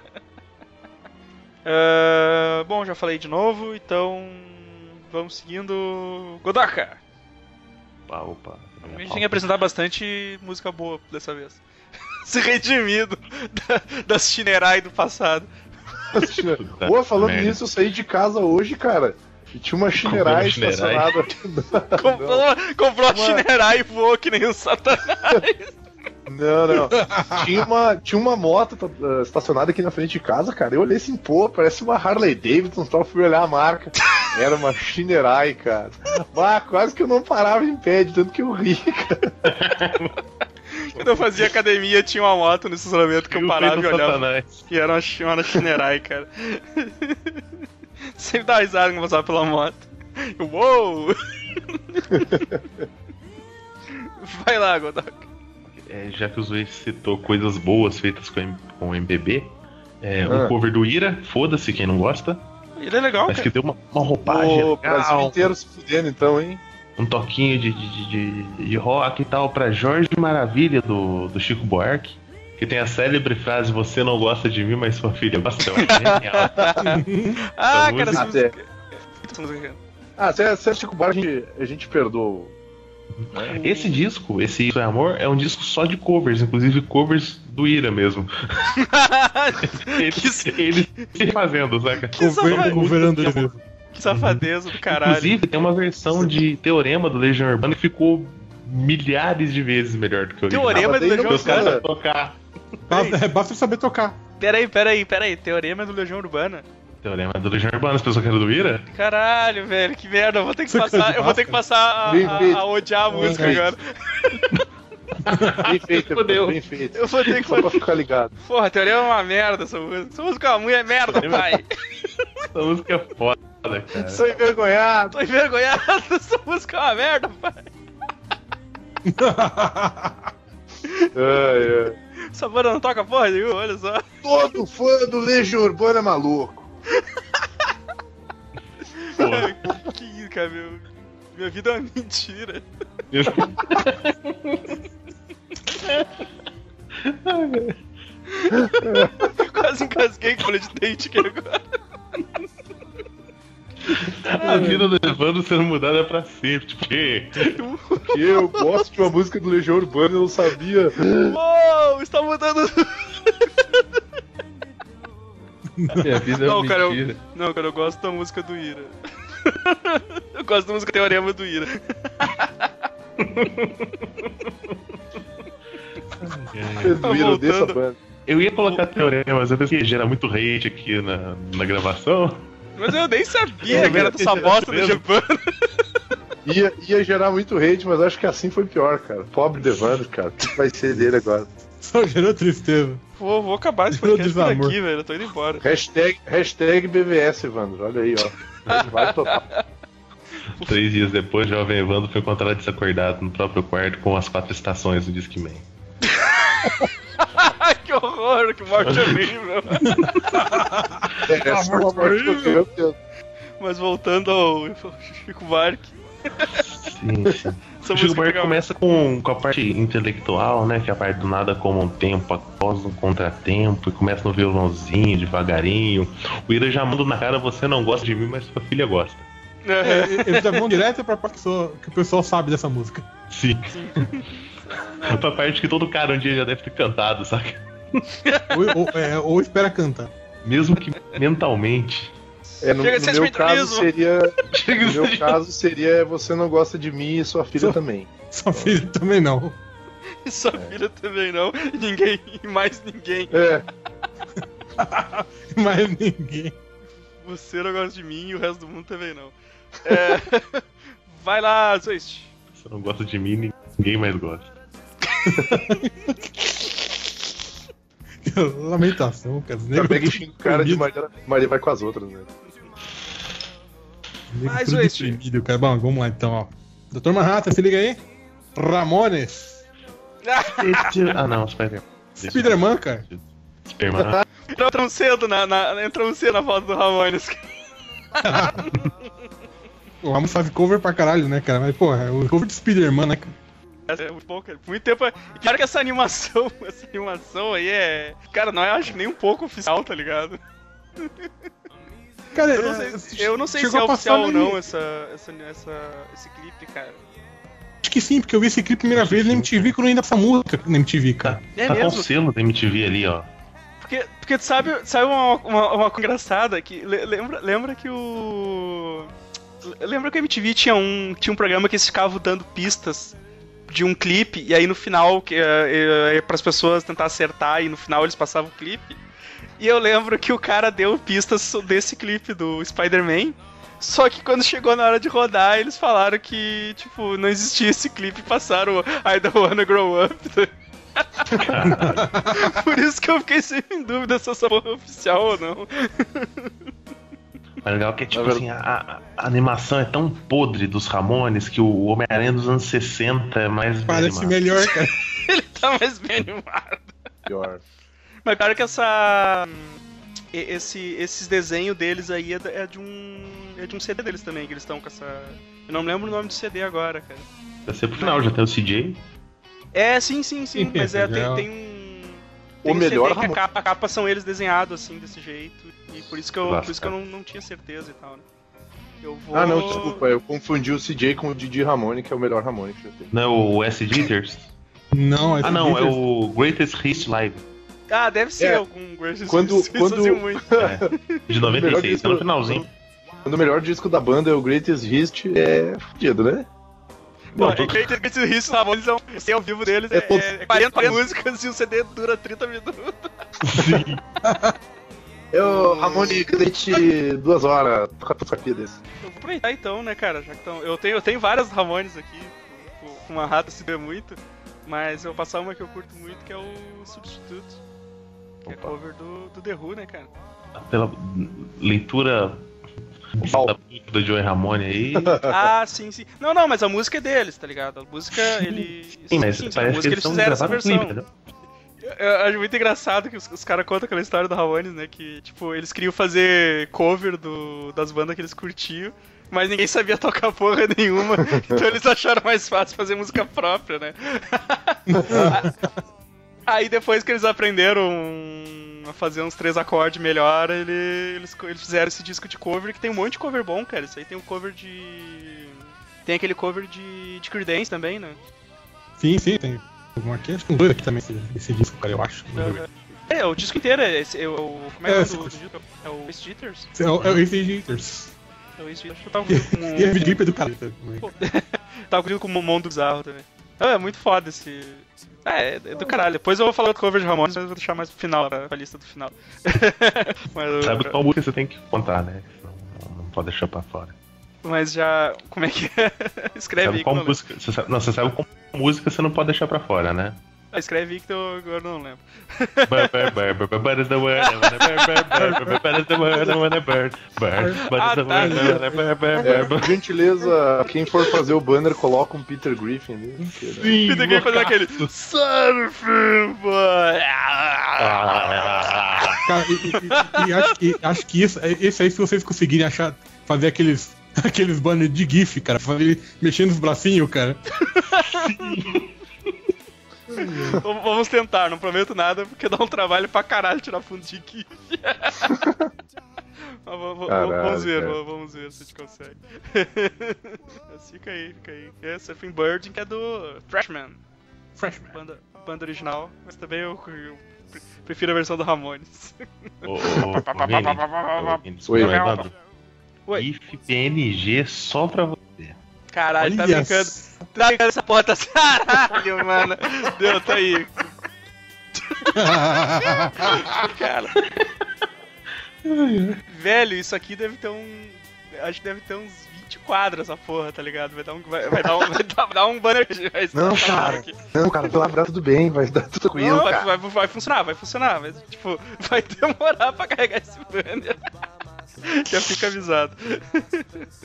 Ah, bom, já falei de novo, então. Vamos seguindo. Godaka!
Opa, opa.
A gente tem que apresentar bastante música boa dessa vez. (laughs) Se redimido da- das chinerai do passado.
Puta
(laughs) Boa, falando
merda.
nisso, eu saí de casa hoje, cara. E tinha uma chinerai
uma Shinerai.
estacionada.
Comprou, comprou a
Uma-
chinerai e voou que nem o Satanás.
Não, não. Tinha uma, tinha uma moto tá, eh, estacionada aqui na frente de casa, cara. Eu olhei assim, pô, parece uma Harley Davidson, só fui olhar a marca. Era uma Shinerai, cara. Bah, quase que eu não parava em pé, de tanto que eu ri, cara.
(laughs) Quando eu fazia academia, tinha uma moto no estacionamento que eu parava e
Feito
olhava.
Satanás.
Que era uma, chi- uma Shinerai, cara. Sempre dá risada quando passava pela moto. Eu, Uou! (laughs) Vai lá, Godok.
É, já que o Zoe citou coisas boas feitas com, M- com o MPB, é, um
Ah.
cover do Ira, foda-se quem não gosta,
Ele é legal,
mas que
cara.
deu uma, uma roupagem
o Brasil
legal,
inteiro se fudendo, então, hein?
um toquinho de, de, de, de rock e tal pra Jorge Maravilha do, do Chico Buarque, que tem a célebre frase: Você não gosta de mim, mas sua filha gosta. Eu acho
(laughs)
genial.
Ah,
essa
cara, essa
música-
música. é- Essa música, cara.
Ah, se é, se é Chico Buarque, a gente, a gente perdoa.
É, Esse disco, esse Isso é Amor, é um disco só de covers, inclusive covers do Ira mesmo. Eles, eles se fazendo,
(laughs)
saca?
Que safa-
Cover- Coverando ele mesmo.
que safadeza do caralho.
Inclusive, tem uma versão de Teorema do Legião Urbana que ficou milhares de vezes melhor do que o
Teorema
Ah, mas
do
daí não
Legião
Os caras
Urbana.
pra tocar.
Basta, é, basta saber tocar.
Peraí, peraí, peraí. Teorema do Legião Urbana.
Teorema do Legião Urbana, as pessoas né? querem do Ira?
Caralho, velho, que merda. Eu vou ter que
Você gosta
passar.
de
Eu vou ter que passar a,
Bem feito.
a, a odiar a música
feito.
agora.
Bem feito,
Fudeu.
bem feito.
Eu vou ter que
Só pra ficar ligado.
Porra, teorema é uma merda essa música. Essa música é uma mulher merda,
Teorema-
pai.
Essa música é foda, cara.
Sou envergonhado.
Tô envergonhado, (laughs) essa música é uma merda, pai.
Ai, ai.
Essa banda não toca porra nenhuma, olha só.
Todo fã do Legião Urbana é maluco.
Porra.
(laughs) Que isso, cara, meu. Minha vida é uma mentira.
Isso-
Quase encasguei com o de dente aqui agora.
A vida do Evandro sendo mudada pra sempre. Tipo, que?
Que eu gosto de uma música do Legião Urbana, eu não sabia.
Uou, está mudando.
Minha vida é
Não, cara, eu- Não, cara, eu gosto da música do Ira. Eu gosto da música Teorema do Ira.
Pedro dessa
voltando.
banda.
Eu ia colocar teorema, mas eu pensei que gera muito hate aqui na, na gravação.
Mas eu nem
É
sabia, cara, dessa bosta do Japão.
Ia, ia gerar muito hate, mas acho que assim foi pior, cara. Pobre Devandro, cara. O que vai ser dele agora?
Só gerou tristeza.
Vou, vou acabar esse
Meu
podcast por
desamor.
aqui, velho. Eu tô indo embora.
Hashtag, hashtag BVS, Evandro. Olha aí, ó. Ele Vai (laughs) topar.
Três dias depois, o jovem Evandro foi encontrado desacordado no próprio quarto com as quatro estações do Disque Man.
Ai, que horror, que morte horrível.
É, essa é uma morte que eu tenho, eu tenho.
Mas voltando ao Chico Buarque.
Sim, sim.
Essa
o Chico
música é
Buarque
pega-
começa com, com a parte intelectual, né? Que é a parte do nada como um tempo, após um contratempo, e começa no violãozinho, devagarinho. O Ira já manda na cara, você não gosta de mim, mas sua filha gosta.
É,
E- Eles já vão direto pra parte só- que o pessoal sabe dessa música.
Sim. (laughs) pra parte que todo cara um dia já deve ter cantado, saca?
Ou, ou- é, ou espera cantar.
Mesmo que mentalmente.
É, no,
Chega de
no
ser
meu caso
espiritualismo.
seria.
Chega
No meu
assim.
caso seria você não gosta de mim e sua filha
Só-
também.
Sua filha também não.
e sua filha também não. E ninguém, e mais ninguém.
É,
Mas ninguém.
Você não gosta de mim e o resto do mundo também não. É, (laughs) Vai lá, Zwist.
Você não gosta de mim, ninguém mais gosta.
Lamentação, cara. Os negros
também que
tudo
xinga o cara de
deprimido,
Maria, Maria vai com as outras, né?
os negros
Mais
tudo
um este.
deprimido, cara. Bom, vamos lá então, ó. Doutor Manhattan, se liga aí. Ramones.
Ah não, Spider-Man.
Spider-Man, cara.
Spider-Man.
Entramos cedo na, na, entramos cedo na foto do Ramones.
O Ramos faz cover pra caralho, né, cara? Mas, porra, o cover de Spider-Man, né, cara?
(laughs) É muito bom, cara. Por Muito tempo. E Claro que essa animação, (laughs) essa animação aí é. Cara, não é, acho que nem um pouco oficial, tá ligado?
Cara,
Eu não sei, eu não sei se
chegou
é
a passar
oficial ou
nele-
não essa, essa, essa, esse clipe, cara.
Acho que sim, porque eu vi esse clipe a primeira vez na MTV quando ainda essa música na MTV, cara.
É
tá com o
mesmo?
selo da MTV ali, ó.
Porque, porque tu sabe, sabe uma, uma, uma coisa engraçada que le- lembra, lembra que o lembra que a MTV tinha um tinha um programa que eles ficavam dando pistas de um clipe e aí no final que eh, para as pessoas tentar acertar e no final eles passavam o clipe. E eu lembro que o cara deu pistas desse clipe do Spider-Man. Só que quando chegou na hora de rodar, eles falaram que, tipo, não existia esse clipe e passaram I Don't Wanna Grow Up. (laughs) Por isso que eu fiquei sempre em dúvida se essa porra é oficial ou não.
É legal que, tipo assim, a, a- a animação é tão podre dos Ramones que o Homem-Aranha dos anos 60 é mais
Ah,
bem
Parece
animado.
melhor, cara.
Ele tá mais bem animado.
Pior.
Mas claro que essa. e- Esse, esses desenhos deles aí é da- é de um. É de um CD deles também, que eles estão com essa. Eu não me lembro o nome do CD agora, cara.
Vai ser pro final, já tem o CJ.
É, sim, sim, sim,
Sim,
mas é, tem,
entendeu?
tem um.
O
Tem um
melhor
CD que a
Ramon-
capa, a capa são eles desenhados assim, desse jeito. E por isso que eu, por
Lascado.
isso que eu não, não tinha certeza e tal, né? Eu vou.
Ah, não, desculpa, eu confundi o CJ com o Didi Ramone, que é o melhor Ramone que já teve.
Não é o S. Jitters?
Não, é
ah, não, é o Greatest Hits Live.
Ah, deve ser
É,
algum Gracious
quando-
Isso
quando-
fazia muito.
De
Melhor
96,
disco-
tá no finalzinho.
né?
Quando o melhor disco da banda é o Greatest Hit, é fudido, né?
Bom,
Não,
(laughs)
tô-
Greatest Gracious Hits Ramones é um CD ao vivo deles, é,
É todo-
é 40 músicas e o CD dura 30 minutos.
Eu, Ramone, Greatest, duas horas, quatro sapidas.
Eu vou aproveitar então, né, cara? Já que tão... eu, tenho, eu tenho várias Ramones aqui, com- com uma rata se vê muito, mas eu vou passar uma que eu curto muito, que é o Substituto. Que é
Opa.
cover do, do The Who, né, cara? (laughs)
Pela leitura
Bom.
da boca do Joey Ramone aí.
Ah, (laughs) sim, sim. Não, não, mas a música é deles, tá ligado? A música, ele.
Sim, mas
sim, sim, a
parece que
música
eles
eles
estão
fizeram essa
gravando
versão.
clipe, né?
Eu acho muito engraçado que os, os caras contam aquela história do Ramones, né? Que, tipo, eles queriam fazer cover do, das bandas que eles curtiam, mas ninguém sabia tocar porra nenhuma, então eles acharam mais fácil fazer música própria, né? Aí depois que eles aprenderam a fazer uns três acordes melhor, ele- eles, co- eles fizeram esse disco de cover que tem um monte de cover bom, cara. Isso aí tem o cover de. Tem aquele cover de, de Creedence também, né?
Sim, sim, tem. Um aqui, acho que um dois aqui também, esse, esse disco, cara, eu acho.
É, o disco inteiro é esse. É o, como é que é,
É,
o
sim.
do, do disco? É o Ace Jitters?
É o, é o Ace Jitters.
É o Ace Jitters. Eu (laughs) tava confundindo com,
E a
o-
videoclipe é do cara. também.
tava confundindo com o Mundo Bizarro também. Ah, é muito foda esse. É, é do caralho. Depois eu vou falar do cover de Ramones, mas eu vou deixar mais pro final, pra, pra lista do final. (laughs) mas,
Sabe qual música você tem que contar, né? Senão Não, não pode deixar pra fora.
mas já. Como é que é? (laughs) Escreve
Sabe
aí,
qual
que eu não lembro.
música, você sabe, não, você sabe qual música você não pode deixar pra fora, né?
Ah, Escreve aí que eu agora não lembro.
Burn, burn, burn, burn, burn, burn is the word, I wanna burn, burn, burn, burn, burn is the word, I wanna burn, burn, burn is the word, I wanna burn, burn,
É,
burn, burn.
por gentileza, quem for fazer o banner, coloca um Peter Griffin ali. porque, né?
E tem que fazer aquele. Surf, boy!
Ah,
Cara, e, e- e- e acho, que- acho que isso, é, esse aí, se vocês conseguirem achar, fazer aqueles, (laughs) aqueles banners de GIF, cara, fazer ele mexendo os bracinhos, cara.
V- Vamos tentar, não prometo nada, porque dá um trabalho pra caralho tirar fundo de (laughs) GIF. Mas v- v-
Caralho,
vamos ver,
cara.
v- vamos ver se a gente consegue. (laughs) Mas fica aí, fica aí. É Surfing Bird, que é do Freshman,
Freshman.
banda, banda original, mas também eu, eu pre- prefiro a versão do Ramones. (laughs)
ô, ô, ô, ô, Vini, ô,
Oi.
Vini, Fernando,
Oi.
GIF PNG só pra você.
Caralho, tá brincando. Tá brincando essa porta. (laughs) Caralho, mano. Deu, tá aí. Cara. Velho, isso aqui deve ter um. Acho que deve ter uns 20 quadros essa porra, tá ligado? Vai dar um. Vai, vai dar um. (laughs) Vai dar, vai dar um banner. Vai
Não,
vai-
cara. Não, cara, pela tá tudo bem, vai dar tudo
Não,
tranquilo,
vai,
cara.
vai, vai funcionar, vai funcionar, mas tipo, (laughs) vai demorar pra carregar esse banner. (laughs) Já fica avisado. (laughs)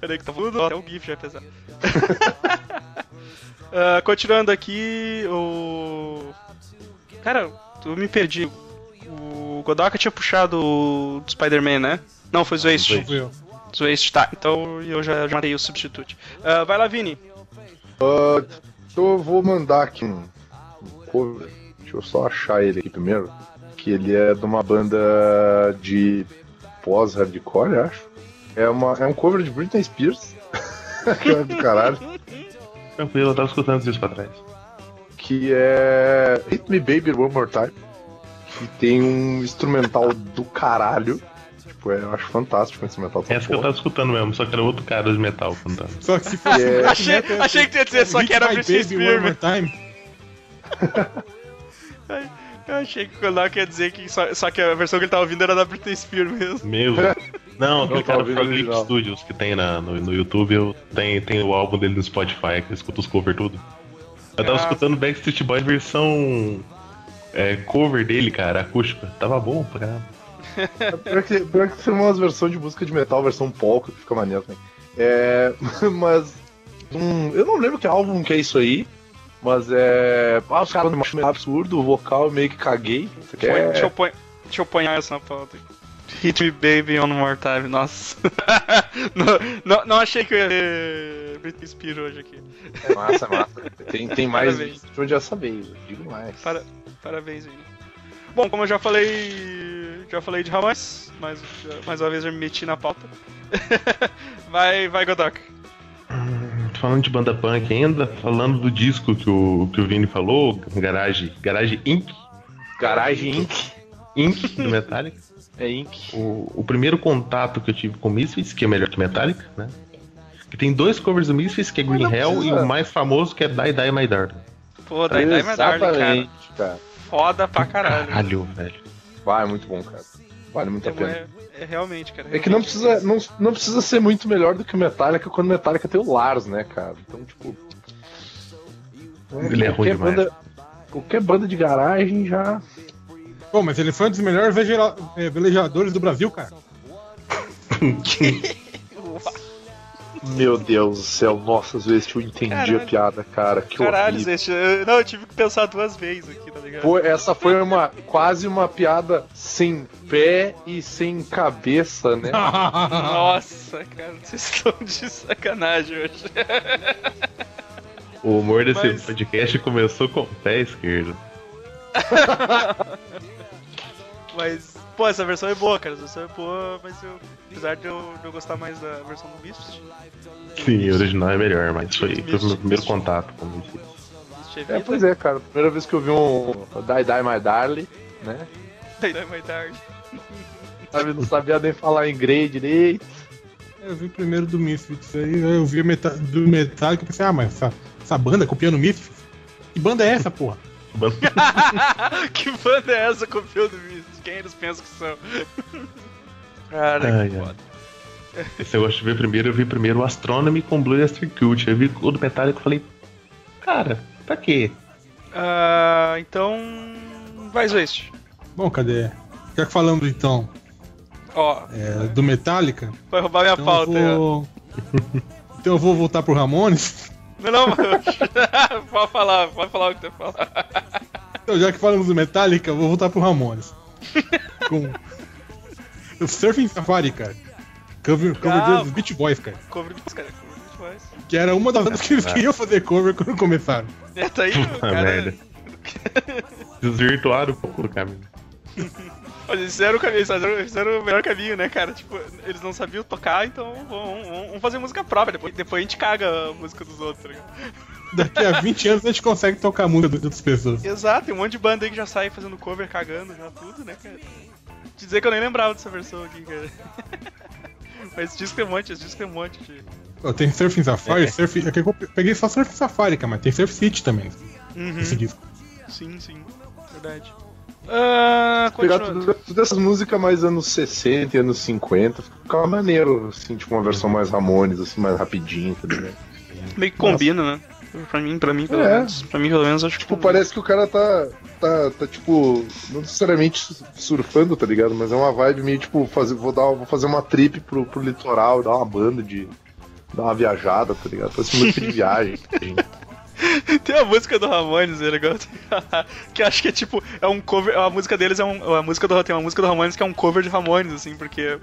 Peraí que tá tudo, até o GIF já é pesado. (laughs) Ah, continuando aqui, o. Cara, eu me perdi. O Godoka tinha puxado o do Spider-Man, né? Não, foi o Waste.
Fui eu.
Waste, tá. Então eu já, já matei o substitute. Ah, vai lá, Vini.
Ah, então Eu vou mandar aqui um, um cover. Deixa eu só achar ele aqui primeiro. Que ele é de uma banda de pós-hardcore, eu acho. É, uma, é um cover de Britney Spears. (laughs) que é do caralho.
Tranquilo, eu tava escutando isso pra trás.
que é Hit Me Baby One More Time. E tem um instrumental do caralho. Tipo, é, eu acho fantástico o instrumental. dessa
Essa que eu
porra.
tava escutando mesmo, só que era outro cara de metal cantando.
Só
(laughs)
que se fosse.
É.
Achei, achei que tu ia dizer só que era
Hit My
Britney
Baby One
Spears.
More Time.
Eu achei que o Kodak ia dizer que só, só que a versão que ele tava ouvindo era da Britney Spears mesmo.
Meu.
(laughs)
Não, aquele
Eu tava
cara do
ouvindo
Frog Leap
original.
Studios que tem na, no, no YouTube, eu, tem, tem o álbum dele no Spotify, que eu escuto os cover tudo. Eu tava
Ah.
escutando Backstreet Boys versão é, cover dele, cara, acústica. Tava bom pra.
Pior que, pior que tem umas versões de música de metal, versão polka, que fica maneiro também. É, (laughs) mas. hum, eu não lembro que álbum que é isso aí. Mas é. Ah, os caras do Machine absurdo, o vocal eu meio que caguei. Você
Põe-
quer?
Deixa, eu pôr, deixa eu apanhar essa pauta aqui. Hit Me Baby One More Time, nossa. (laughs) não, não, não achei que eu ia ter Britney Spears hoje aqui.
É massa, é massa. Tem, tem mais
Parabéns.
de onde essa vez, eu digo mais.
Para- Parabéns, Vini. Bom, como eu já falei. Já falei de Ramones, mas já- mais uma vez já me meti na pauta. (laughs) vai, vai, Godok.
Falando de banda punk ainda, falando do disco que o, que o Vini falou, Garage, Garage Inc.
Garage Inc.
Inc.
(laughs)
do Metallica.
É Inc.
O, o primeiro contato que eu tive com Misfits, que é melhor que Metallica, né? Que tem dois covers do Misfits, que é
Mas
Green
não
Hell e
precisa.
o mais famoso que é Die Die My Darling.
Pô, Dai Dai Darling, cara.
Exatamente, cara.
Foda pra caralho.
Caralho, velho.
Vai, é muito bom, cara. Vale muito a pena.
É, é realmente, cara.
É que não precisa, não, não precisa ser muito melhor do que o Metallica quando o Metallica tem o Lars, né, cara? Então, tipo.
Ele é ruim
qualquer
demais.
banda- qualquer banda de garagem já.
Bom, mas ele foi um dos melhores vegera- eh, velejadores do Brasil, cara.
Meu Deus do céu, nossa, às vezes eu entendi
Caralho.
a piada, cara. Que
Caralho,
horrível.
gente. eu- não, eu tive que pensar duas vezes aqui, tá ligado?
Foi- essa foi uma quase uma piada sem pé e sem cabeça,
(laughs)
né?
Nossa, cara, vocês estão de sacanagem hoje.
O humor desse
Mas-
podcast começou com o pé esquerdo.
(laughs) Mas, pô, essa versão é boa, cara. Essa versão é boa, mas eu, apesar de eu, de eu gostar mais da versão do Beast,
Sim, o original é melhor, mas foi, foi o meu primeiro contato com Misfits.
Beast é
É,
vida,
pois é, cara. Primeira vez que eu vi um Die Die My Darling, né?
(laughs) daí não é mais tarde.
Sabe, não sabia nem falar inglês direito.
Eu vi primeiro do Misfits aí, aí eu vi meta do Metallica e pensei, ah, mas essa, essa banda copiando Misfits? Que banda é essa, porra?
que banda é essa com o do Beast? Quem eles pensam que são? (laughs) Cara,
Ai,
que
(laughs) ai.
foda.
Esse eu gosto de ver primeiro, eu vi primeiro o Astronomy com Blue Yester Cult. Eu vi o do Metallica e falei, cara, pra quê?
Ah, então. Vai, Zwist.
Bom, cadê? Já que falamos então
Ó,
eh, do Metallica,
vai roubar minha
então
pauta.
eu
aí, ó.
vou... (laughs) então eu vou voltar pro Ramones. (laughs)
Não, não, mas- (laughs) pode falar, pode falar o que tu ia falar.
Então, já que falamos do Metallica, eu vou voltar pro Ramones. Com. O Surfing Safari, cara. Cover, cover
Ah.
dos Beach Boys, cara.
Cobre dos caras, cobre dos boys.
(laughs)
Que era uma das bandas que eles queriam fazer cover quando começaram.
É, tá aí,
Ah,
cara.
merda. Desvirtuaram um pouco do caminho.
Olha, eles fizeram o caminho, eles fizeram, eles fizeram o melhor caminho, né, cara? Tipo, eles não sabiam tocar, então vão- vão- vão fazer música própria. Depois, depois a gente caga a música dos outros, tá ligado?
Daqui a 20 anos a gente consegue tocar a música de outras pessoas.
Exato, tem um monte de banda aí que já sai fazendo cover, cagando, já tudo, né, cara? Te dizer que eu nem lembrava dessa versão aqui, cara. (laughs) Mas esse disco tem um monte, esse disco tem um monte de.
Ó, Tem Surfing Safari, Surf. aqui Eu peguei só Surfing Safari, cara, mas tem Surf City também
Hum.
nesse disco.
Sim, sim. Verdade. Ah,
Pegar
continuando.
tudo- todas essas músicas mais anos 60 e anos 50, ficava maneiro, assim, tipo uma versão mais Ramones, assim, mais rapidinho, tá ligado?
Meio que combina, né? Pra mim, pra mim, pelo
É.
menos. Pra mim, pelo menos, acho que.
Tipo, parece que o cara tá, tá, tá, tipo, não necessariamente su- surfando, tá ligado? Mas é uma vibe meio, tipo, fazer, vou, dar, vou fazer uma trip pro, pro litoral, dar uma banda de. dar uma viajada, tá ligado? Parece muito de viagem.
(laughs) Tem a música do Ramones, é legal. (laughs) que eu acho que é tipo, é um cover. A música deles é um. A música do, tem uma música do Ramones que é um cover de Ramones, assim, porque.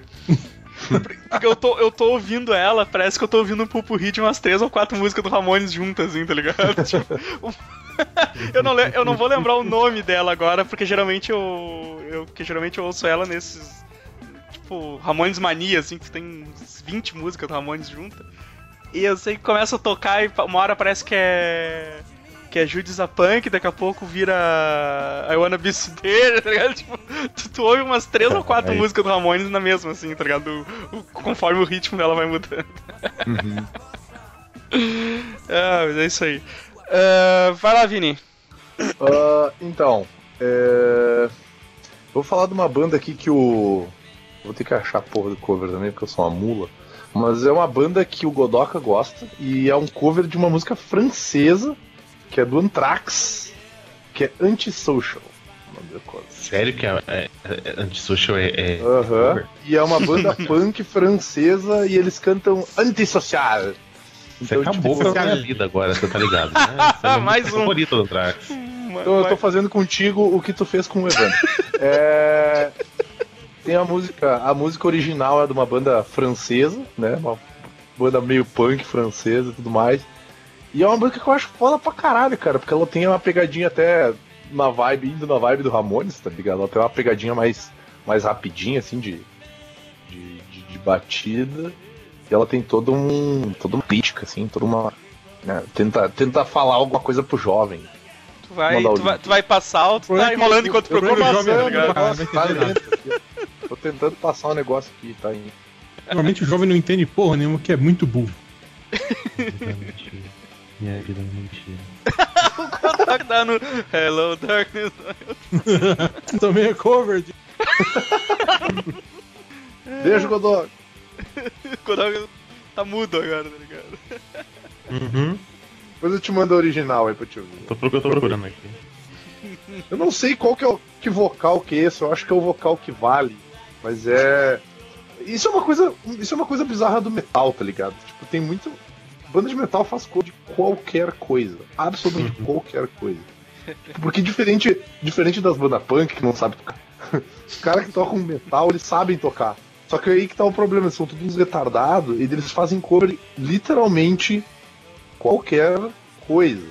porque eu tô, eu tô ouvindo ela, parece que eu tô ouvindo um pupurri de umas três ou quatro músicas do Ramones juntas, assim, tá ligado? (laughs) Tipo, o- eu, não, le- eu não vou lembrar o nome dela agora, porque geralmente eu. eu que geralmente eu ouço ela nesses. Tipo, Ramones Mania, assim, que tem uns 20 músicas do Ramones juntas. E eu sei que começa a tocar e pa- uma hora parece que é. Que é Judas a Punk, daqui a pouco vira. I Wanna Be Sudeira, tá ligado? Tipo, tu, tu ouve umas três ou quatro
Ai.
músicas do Ramones na mesma, assim, tá ligado? O- o- conforme o ritmo dela vai mudando. (laughs) ah, mas é isso aí. Ah, vai lá, Vini.
Ah, então, é... vou falar de uma banda aqui que o. Vou ter que achar a porra do cover também, porque eu sou uma mula. Mas é uma banda que o Godoka gosta e é um cover de uma música francesa que é do Anthrax, que é Antisocial. o nome da coisa.
Sério que é, é, é, Antisocial é. é
Aham.
cover?
E é uma
(laughs)
banda punk francesa e eles cantam Antisocial.
Você
Então,
acabou
tipo,
com a minha vida agora, você tá ligado?
(laughs)
Né? Essa é a minha
Mais
música
um.
favorita do Trax.
Então eu tô fazendo contigo o que tu fez com o Evandro. É, Tem a música. A música original é de uma banda francesa, né? Uma banda meio punk francesa e tudo mais. E é uma música que eu acho foda pra caralho, cara, porque ela tem uma pegadinha até na vibe, indo na vibe do Ramones, tá ligado? Ela tem uma pegadinha mais, mais rapidinha, assim, de, de, de- de batida. E ela tem todo um. toda uma crítica, assim, toda uma. né, Tenta, tenta falar alguma coisa pro jovem.
Tu vai,
Mandar o
tu vai,
link.
tu vai passar ou tu
Por
tá
que
enrolando enquanto
um eu- eu
procura?
tô
tá
jovem,
(laughs)
né,
ligado?
cara? Não vai
Tá
entender nada.
dentro aqui. Tô tentando passar um negócio aqui, tá aí.
Normalmente o jovem não entende porra nenhuma, que é muito burro.
Minha vida é mentira.
Tá dando Hello Darkness.
Também é cover de
Beijo, Godó.
Kodoga tá mudo agora, tá ligado?
Uhum.
Depois eu te mando a original aí pra te ouvir.
Tô, procu- tô procurando aqui.
Eu não sei qual que é o que vocal que é esse, eu acho que é o vocal que vale. Mas é. Isso é uma coisa. Isso é uma coisa bizarra do metal, tá ligado? Tipo, tem muito. Banda de metal faz cor de qualquer coisa.
Uhum.
Absolutamente qualquer coisa. Tipo, Porque diferente, diferente das bandas punk que não sabem tocar, (laughs) os caras que tocam metal, eles sabem tocar. Só que aí que tá o problema, eles são todos uns retardados e eles fazem cover literalmente qualquer coisa.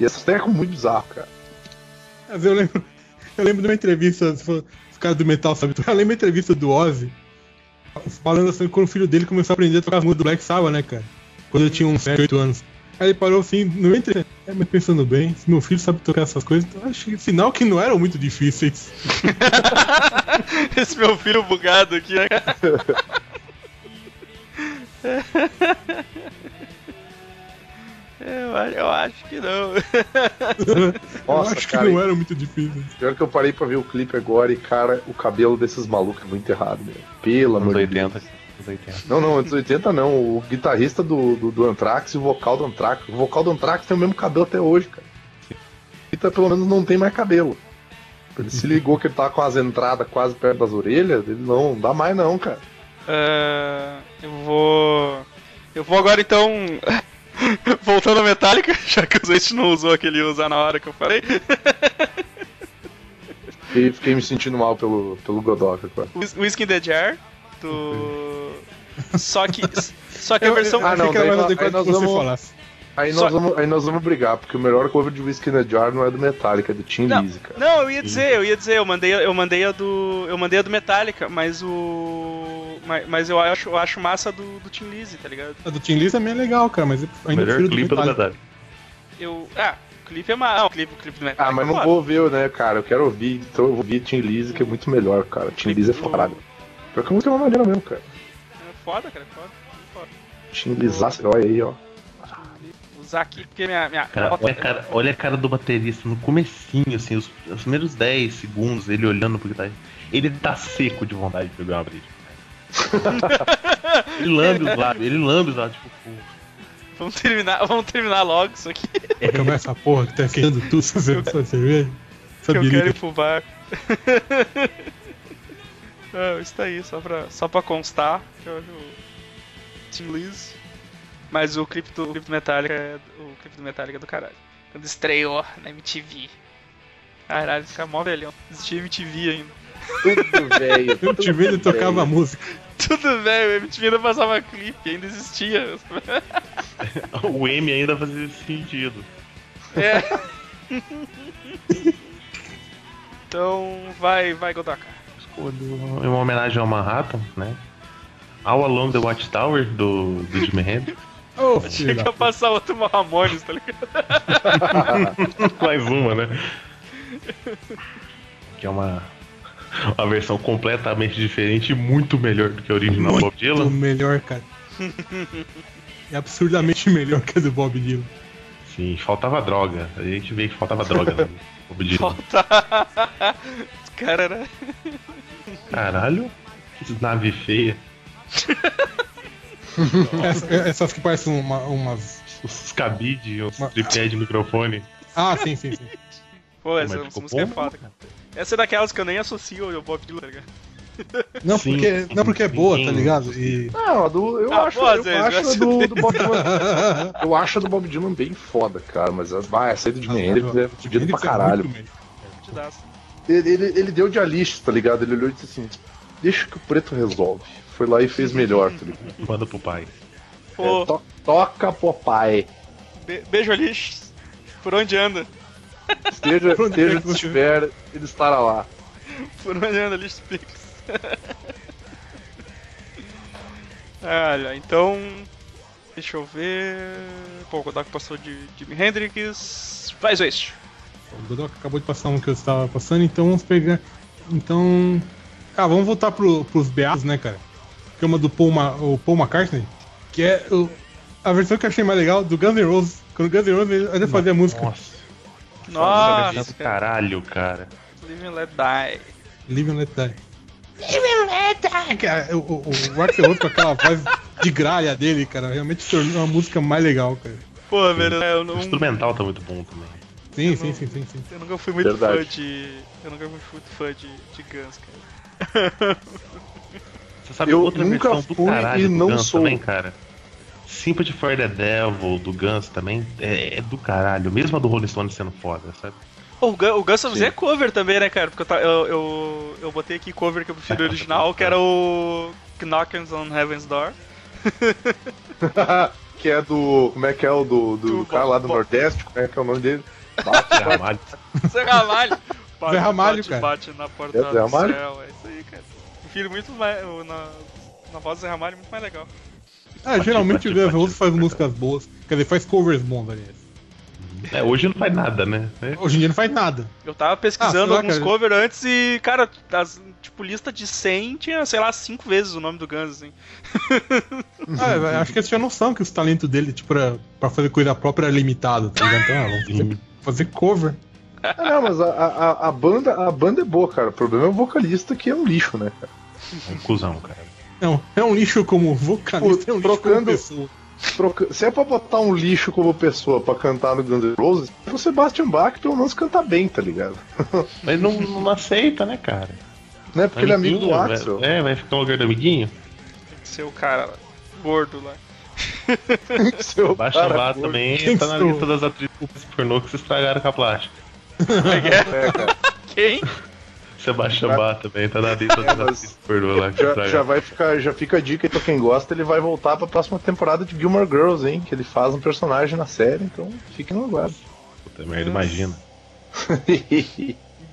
E essa técnica é muito bizarra, cara.
Mas eu lembro, eu lembro de uma entrevista, se for- os caras do metal sabem tudo. Eu lembro de uma entrevista do Ozzy falando assim quando o filho dele começou a aprender a tocar as músicas do Black Sabbath, né, cara? Quando eu tinha uns 7, 8 anos. Aí ele parou assim, no meio da entrevista. É, mas pensando bem, se meu filho sabe tocar essas coisas, então acho que sinal que não eram muito difíceis.
Esse meu filho bugado aqui, né? cara? Eu acho, É, eu acho que não.
Nossa,
eu acho
cara,
que não é eram muito difíceis.
Pior que eu parei pra ver o clipe agora e, cara, o cabelo desses malucos é muito errado, meu. Pelo
Anos
amor de Deus.
80. Anos 80.
Não, não, anos 80 não. O guitarrista do, do, do Anthrax e o vocal do Anthrax. O vocal do Anthrax tem o mesmo cabelo até hoje, cara. O Guita pelo menos não tem mais cabelo. Ele se ligou que ele tava com as entradas quase perto das orelhas. Ele não, não dá mais não, cara.
Ah, eu vou. Eu vou agora então. (laughs) Voltando ao Metallica, (laughs) já que o Zete não usou aquele usar na hora que eu falei.
Fiquei, fiquei me sentindo mal pelo, pelo Godoka agora.
Whis- Whiskey in the Jar, do. Só que. Só que a
Eu-
versão.
eu achei
Ah, não,
que era
daí
mais
nós-
adequado
aí nós
que você
vamos-
falasse.
Aí
Só-
nós, vamos, aí nós vamos brigar, porque o melhor cover de Whiskey in the Jar não é do Metallica, é do Tim
Não,
Lizzy, cara.
não, eu ia dizer, eu ia dizer, eu mandei, eu mandei a do, eu mandei a do Metallica, mas o mas, mas eu acho, eu acho massa do, do Tim Lizzy, tá ligado?
A do Tim Lee também é legal, cara, mas eu
O
ainda
melhor
prefiro
clipe é do
Metallica.
Metallica.
Eu, ah, o clipe é massa, ah, o clipe, o clipe do Metallica.
Ah, mas
é
não
foda.
vou ouvir, eu, né, cara? Eu quero ouvir, então eu vou ouvir Tim Lizzy, que é muito melhor, cara. Tim Lizzy é foda. Pior que a música é uma maneira mesmo, cara.
É foda, cara, é foda.
Tim Lizzy, olha aí, ó.
Usar aqui porque minha minha
Cara,
bota-
olha, a cara, olha a cara do baterista no comecinho, assim, os, os primeiros 10 segundos, ele olhando pro guitarrista. Ele tá seco de vontade de pegar uma briga. ele lambe os lábios, ele lambe os lábios, tipo, pô,
(laughs) Vamos terminar, vamos terminar logo isso aqui
Acabar essa porra que tá queimando tudo, (laughs) essa cerveja. Essa
que eu quero
birita.
ir pro bar. (laughs) é, isso aí, só pra, só pra constar que eu acho o Tim Lizzy. Mas o clipe do, o clipe do Metallica é o clipe do Metallica é do caralho. Quando estreou na MTV. Caralho, fica mó velhão. Existia MTV ainda. (laughs)
Tudo
(laughs)
velho.
Eu te vendo e
É.
tocava música.
Tudo velho, MTV ainda passava clipe, ainda existia. (laughs)
o M ainda fazia sentido.
É. (laughs) então vai, vai Godaka.
Escolho em uma homenagem ao Manhattan, né? All Along the Watchtower do, do Jimi Hendrix.
Ô, filho
Chega
da
a passar outro Ramones, tá ligado?
Mais uma, né? Que é uma, uma versão completamente diferente e muito melhor do que a original Bob
O
Dylan.
melhor, cara. É absurdamente melhor que a do Bob Dylan.
Sim, faltava droga. A gente vê que faltava droga.
(laughs)
Né? Bob Dylan.
Falta. Cara, era.
Caralho, que nave feia.
É, Essa- Essas que parecem uma, umas.
Os cabide, os
Uma-
tripé de microfone.
Ah, sim, sim, sim.
Pô,
Mas
essa
ficou
música é
bom,
foda, cara. Essa é daquelas que eu nem associo ao Bob Dylan, tá ligado?
Não,
Sim.
porque, não porque é boa, tá ligado? E. ah,
Não, a do, eu
Ah,
acho,
boa,
eu
Zé,
acho a
gosto
do, do Bob Dylan. Eu acho a do Bob Dylan bem foda, cara, mas as- vai, a saída
ah,
de Hendrix é fodida pra
Hendrix é
caralho.
muito melhor.
Fudidaço.
Ele, ele, ele deu de Alice, tá ligado? Ele olhou e disse assim: deixa que o preto resolve. Foi lá e fez melhor, tá ligado?
Manda pro pai.
Pô,
É, to- toca Popeye.
be- beijo, Alice. Por onde anda?
Esteja,
(laughs) Onde é
esteja
que
onde
você-
estiver, ele estará lá.
Por onde anda, Alice Pix? (laughs) Olha, então. Deixa eu ver. Pô, o Kodak passou de Jimi Hendrix. Faz isso.
O Godoka acabou de passar um que eu estava passando, então vamos pegar. Então. Cara, vamos voltar pro, pros Beatos, né, cara? Que é uma do Paul, Ma- o Paul McCartney, que é o- a versão que eu achei mais legal do Guns N' Roses. Quando o Guns N' Roses ainda fazia música
Nossa,
Nossa,
chato
cara.
caralho, cara.
Live and Let Die.
Live and Let Die. Live and Let Die! Cara, o, o, o Mark Ferrot com aquela voz de gralha dele, cara, realmente tornou a música mais legal, cara.
Pô, velho, eu
O
não.
instrumental tá muito bom também.
É
Sim, sim, sim, sim, sim.
Eu nunca fui muito
Verdade.
fã de. Eu nunca fui muito fã de, de Guns, cara.
Você sabe
Eu
outra
nunca
versão do
fui
caralho
e
do
não
Guns
sou.
também, cara? Sympathy for the Devil do Guns também é, é do caralho. Mesmo a do Rolling Stones sendo foda, sabe?
O, Gun, o Guns N' Roses
Sim.
é cover também, né, cara? Porque eu, ta- eu, eu, eu botei aqui cover que eu
(laughs)
prefiro o original, que era o Knockings on Heaven's
(laughs)
Door.
(laughs) que é do. Como é que é o do, do,
Do
cara lá do
Bob-
Nordeste? Como é que é o nome dele? (laughs)
Caralho.
Zé Ramalho. Bate,
Zé Ramalho,
bate,
cara.
Bate na porta
É Zé
do
Ramalho?
céu, é isso aí, cara. Prefiro muito mais. o- Na, na voz do Zé Ramalho, é muito mais legal.
Ah, geralmente o Guns N'
bate,
Roses faz
bate.
músicas boas, quer dizer, faz covers bons, aliás.
É, hoje não faz nada, né? É,
Hoje em dia não faz nada.
Eu tava pesquisando
Ah, sei lá,
alguns
cara.
covers antes e, cara, as- tipo, lista de 100 tinha, sei lá, 5 vezes o nome do Guns, assim.
Ah,
Uhum.
eu acho que eles tinham noção que os talentos dele, tipo, pra, pra fazer coisa própria era limitado, tá ligado? Então, ah, vamos fazer, fazer cover.
Ah, não, mas a, a, a- a banda, a banda é boa, cara. O problema é o vocalista que é um lixo, né? cara?
é um cuzão, cara.
Não, é um lixo como vocalista, é um lixo como
Trocando-
pessoa.
Troca- Se é pra botar um lixo como pessoa pra cantar no Guns N' Roses, o Sebastian Bach pelo menos canta bem, tá ligado?
Mas não, não aceita, né, cara?
Né? Porque ele é amigo do
Amiguinho, vai-
Axel.
É, vai ficar no lugar do amiguinho.
Seu cara lá, gordo lá.
Seu
Baixa
cara é
lá
gordo.
É, também,
Quem
tá na
sou?
lista das atrizes pornô que se estragaram com a plástica.
É, cara.
Quem?
Sebastião Bá também tá
(laughs)
na lista das
É, mas-
atrizes pornô lá que se
Já, já
estragaram.
vai ficar, já fica a dica aí pra quem gosta, ele vai voltar pra próxima temporada de Gilmore Girls, hein? Que ele faz um personagem na série, então fiquem no (laughs) aguardo.
Puta merda, imagina.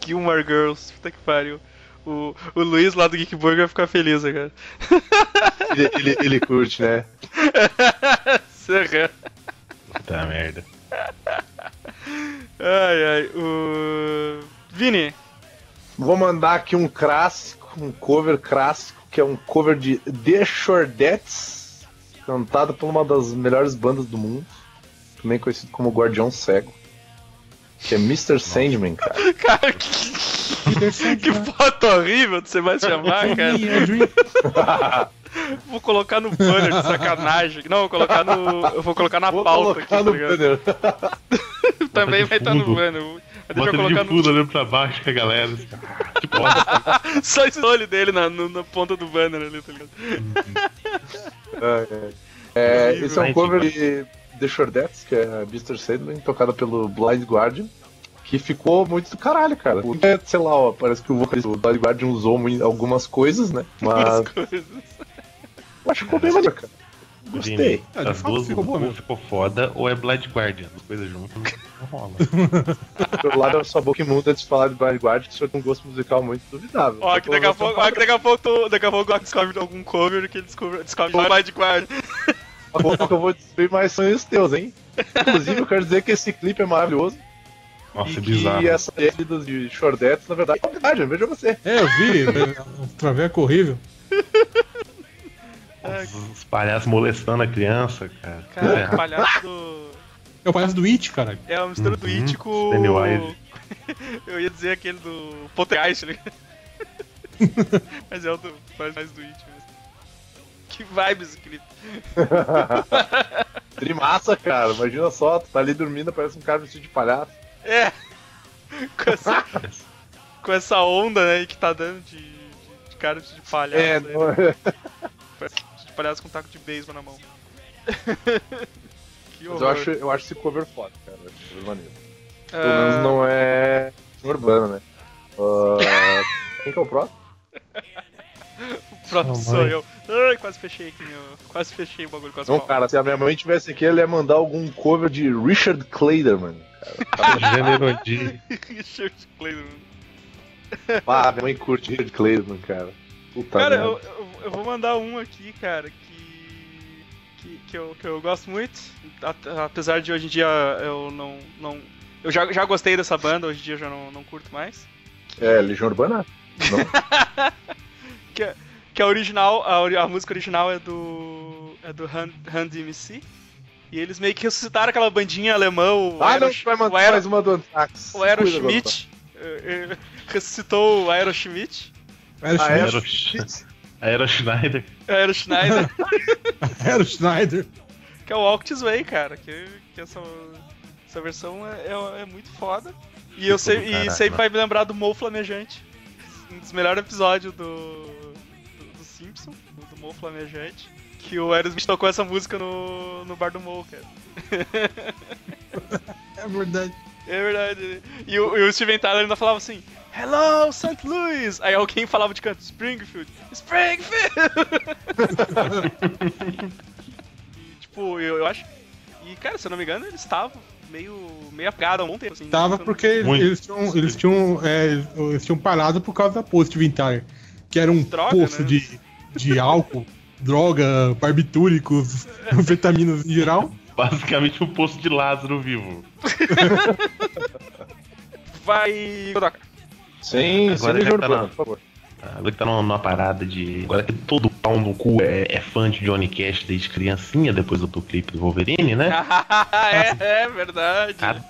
Gilmore Girls, puta que pariu. O, o Luiz lá do Geek Burger vai ficar feliz agora. (laughs)
ele, ele- ele curte, né?
Serra.
Puta merda.
Ai, ai. O. Vini, (laughs)
Vou mandar aqui um clássico, um cover clássico, que é um cover de The Shordettes, cantado por uma das melhores bandas do mundo, também conhecido como Guardião Cego, que é Mr. Sandman, (laughs) cara.
cara, que,
(laughs)
que foto horrível de Sebastião Bach,
(laughs)
é
é
cara. Vou colocar no banner de sacanagem. Não, vou colocar no. Eu vou colocar na
Vou
pauta aqui,
colocar
tá
no
ligado?
banner.
Também
de
vai estar no
fundo.
banner. Mas Deixa
Bota
eu
ele
colocar
de
no.
fundo olhando pra baixo com
(laughs)
a galera. assim, ah, Que bosta.
Só esse olho dele na, no- na ponta do banner ali, tá ligado?
É, é. É, esse é um
Horrível.
cover de The Shordettes, que é Mr. Sandman, tocada pelo Blind Guardian. Que ficou muito do caralho, cara. O- é, Sei lá, ó, parece que o vocalista do Blind Guardian usou mui- algumas coisas, (laughs) né? Mas
As coisas.
eu acho que ficou bem maneiro, cara. Gostei.
Ah, de
As
fato
duas
ficou bom
ou
mesmo.
ficou foda ou é Blind Guardian. As coisas
(laughs)
juntas não rola.
Pelo lado da sua boca imunda de falar de Blind Guardian, que o senhor tem um gosto musical muito duvidável.
Ó, que daqui a pouco, ó, que daqui a pouco, tu- daqui a pouco o Ox descobre algum cover que ele descobre, descobre o Mind Guard.
Daqui a pouco eu vou destruir mais sonhos teus, hein? Inclusive, eu quero dizer que esse clipe é maravilhoso.
Nossa, é
e
bizarro.
que essa vida de Shordettes, na verdade, é novidade, veja você.
É, eu vi, é um traveco horrível.
é
Nossa, Os palhaços molestando a criança, cara.
Cara,
Tudo errado.
palhaço do.
É o palhaço do It, cara.
É uma mistura do
Uhum,
It com.
Pennywise.
(laughs) Eu ia dizer aquele do Poltergeist, né? (laughs) Mas é o do. Faz mais do It mesmo. Que vibes, clipe.
Trimassa, cara. Imagina só, tu tá ali dormindo, parece um cara vestido de palhaço.
É. (laughs) Com essa, com essa onda aí que tá dando de, de, de cara de palhaço.
É,
aí, né?
não-
De palhaço com um taco de beisebol na mão. (laughs) que
mas
horror.
eu acho, eu acho esse cover foda, cara. Eu acho cover maneiro.
Ah,
Pelo menos não é urbano, né? Ah, quem que é o próximo?
Pronto,
Oh,
sou
mãe.
eu. Ai, quase fechei aqui, meu. Quase fechei o bagulho com as
Não,
palmas.
cara, se a minha mãe tivesse aqui, ela ia mandar algum cover de Richard Clayderman. (laughs)
É, Generodi.
(laughs) Richard Clayderman.
Ah, minha mãe curte Richard Clayderman, cara. Puta
Cara,
merda.
eu, eu- eu vou mandar um aqui, cara, que. que, que, eu, que eu gosto muito. A- Apesar de hoje em dia eu não. não eu já, já gostei dessa banda, hoje em dia eu já não, não curto mais.
É, Legião Urbana?
Que é a original, a, ori- a música original é do. é do Han- Han DMC. E eles meio que ressuscitaram aquela bandinha alemã, o
ah, não,
Aero-
tu vai
o
mandar
Aero-
mais um. uma do Antrax.
o Aeroschmidt.
tá.
eh, eh, (laughs) Ressuscitou o Aeroschmidt.
Era,
Ah,
Schneider-
Aero Schneider. Aero Schneider.
É, Aero Schneider.
(laughs) era o Schneider.
Que é o Walk This Way, cara. Que, que essa, essa versão é, é- é muito foda. E eu
Ficou
sei,
do
e
caralho,
sempre
né?
vai me lembrar do Mo Flamejante. Um dos melhores episódios do, do, do Simpson, do Mo Flamejante. Que o Aerosmith tocou essa música no, no bar do Mo, cara. (laughs)
É verdade.
É verdade. E o, e o Steven Tyler ainda falava assim: Hello, St. Louis! Aí alguém falava de canto: Springfield! Springfield! (laughs) e, tipo, eu, eu acho. E, cara, se eu não me engano, eles estavam meio, meio apagados há um bom tempo. Assim,
Tava
Então,
porque eles-
Muito.
eles tinham, eles, tinham, é, eles tinham parado por causa da Post Vintar, que era um
Droga,
poço
né?
de, de álcool, (laughs) droga, barbitúricos, vitaminas em geral.
Basicamente um poço de Lázaro vivo.
Vai.
Sim, sim,
Agora já
Legião
tá
Urbana,
na-
por favor.
Agora que tá numa, numa parada de. Agora que todo pau no cu é, é fã de Johnny Cash desde criancinha, depois do do clipe do Wolverine, né?
(laughs) é, é verdade.
Cara,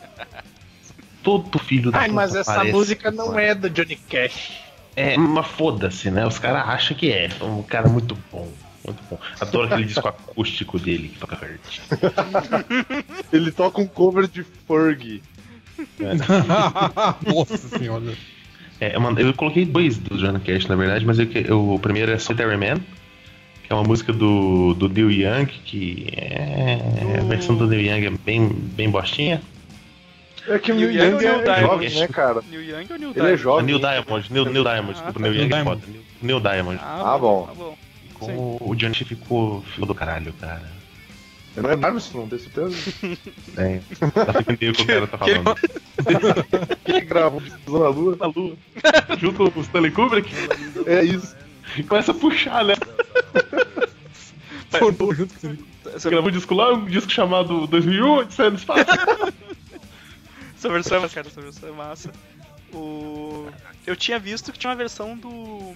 Todo filho da puta aparece, mano.
é do Johnny Cash.
É, mas foda-se, né? Os caras acham que é. É Um cara muito bom. Muito bom. Adoro aquele disco acústico dele que toca verde.
Ele toca um cover de Ferg.
Nossa senhora.
É, eu mandei- eu coloquei dois do Johnny Cash, na verdade, mas eu, que- eu- o primeiro é Solitary Man, que é uma música do, do Neil Young, que é. A versão do Neil Young é bem, bem bostinha.
É que o
E o
Neil Young
Young
é
Diamond.
jovem, né, cara?
New Young ou New
Ele é jovem.
Neil Diamond, Neil, Neil Diamond,
Ah,
desculpa,
tá.
Neil Young é
Neil
foda. Neil, Neil Diamond.
Ah,
Ah, bom.
Tá bom.
Como o Johnny Cash ficou filho do caralho, cara.
Não é Armstrong, tenho certeza.
É, dá pra entender o (laughs) que o cara tá falando.
Ele grava um disco na lua.
Na lua, junto com o Stanley Kubrick,
É isso.
e começa a puxar, né?
Formou junto com ele.
então,
Você gravou um disco lá, um disco chamado 2001, Odisseia no Espaço.
Essa versão é massa, cara, essa versão é massa. O... Eu tinha visto que tinha uma versão do.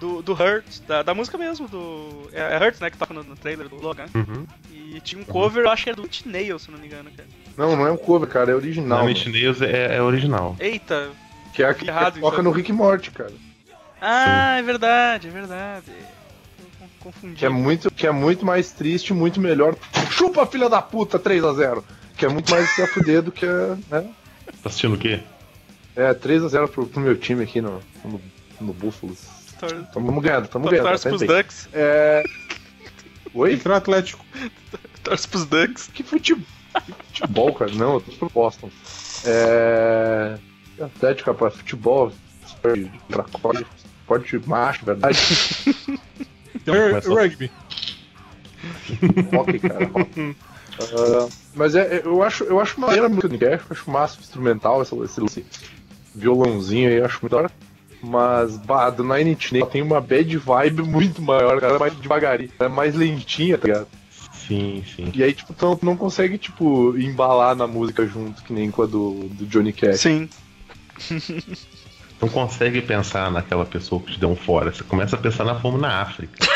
Do, do Hurt, da, da música mesmo, do. É, é Hurt, né? Que toca no, no trailer do Logan.
Uhum.
E tinha um cover, eu acho que era do Nine Nails, se não me engano, cara.
Não, não é um cover, cara, é original.
Não,
mano.
Nails é, é original.
Eita!
Que é a que
Errado,
toca
então.
no Rick Morty, cara.
Ah, é verdade, é verdade. Eu con- Confundi.
Que é muito, que é muito mais triste, muito melhor. Chupa, filha da puta, 3x0. Que é muito mais se a fuder do que. Né?
Tá assistindo o quê?
É, 3x0 pro, pro meu time aqui no, no, no Buffalo.
Tor-
Tamo vamos ganhando, tamo
tor-
ganhando.
Torce
tá
pros
bem.
Ducks.
É. Oi?
Entrou Atlético.
Torce pros Ducks.
Que futebol, que futebol cara? Não, eu tô pro Boston. É. Atlético, rapaz, futebol, esporte, tracote, esporte macho, verdade.
Então, é rugby.
rock, cara. rock. Ah, mas é, é, eu acho, eu acho maneira a música do Cash, eu acho massa o instrumental, esse, esse, esse violãozinho aí, eu acho muito da hora. Mas, bah, do Nine Inch Nails tem uma bad vibe muito maior, cara, é mais devagarinho, é mais lentinha, tá ligado?
Sim, sim.
E aí, tipo, tu não, tu não consegue, tipo, embalar na música junto, que nem com a do, do Johnny Cash.
Sim.
Não consegue pensar naquela pessoa que te deu um fora. Você começa a pensar na fome na África.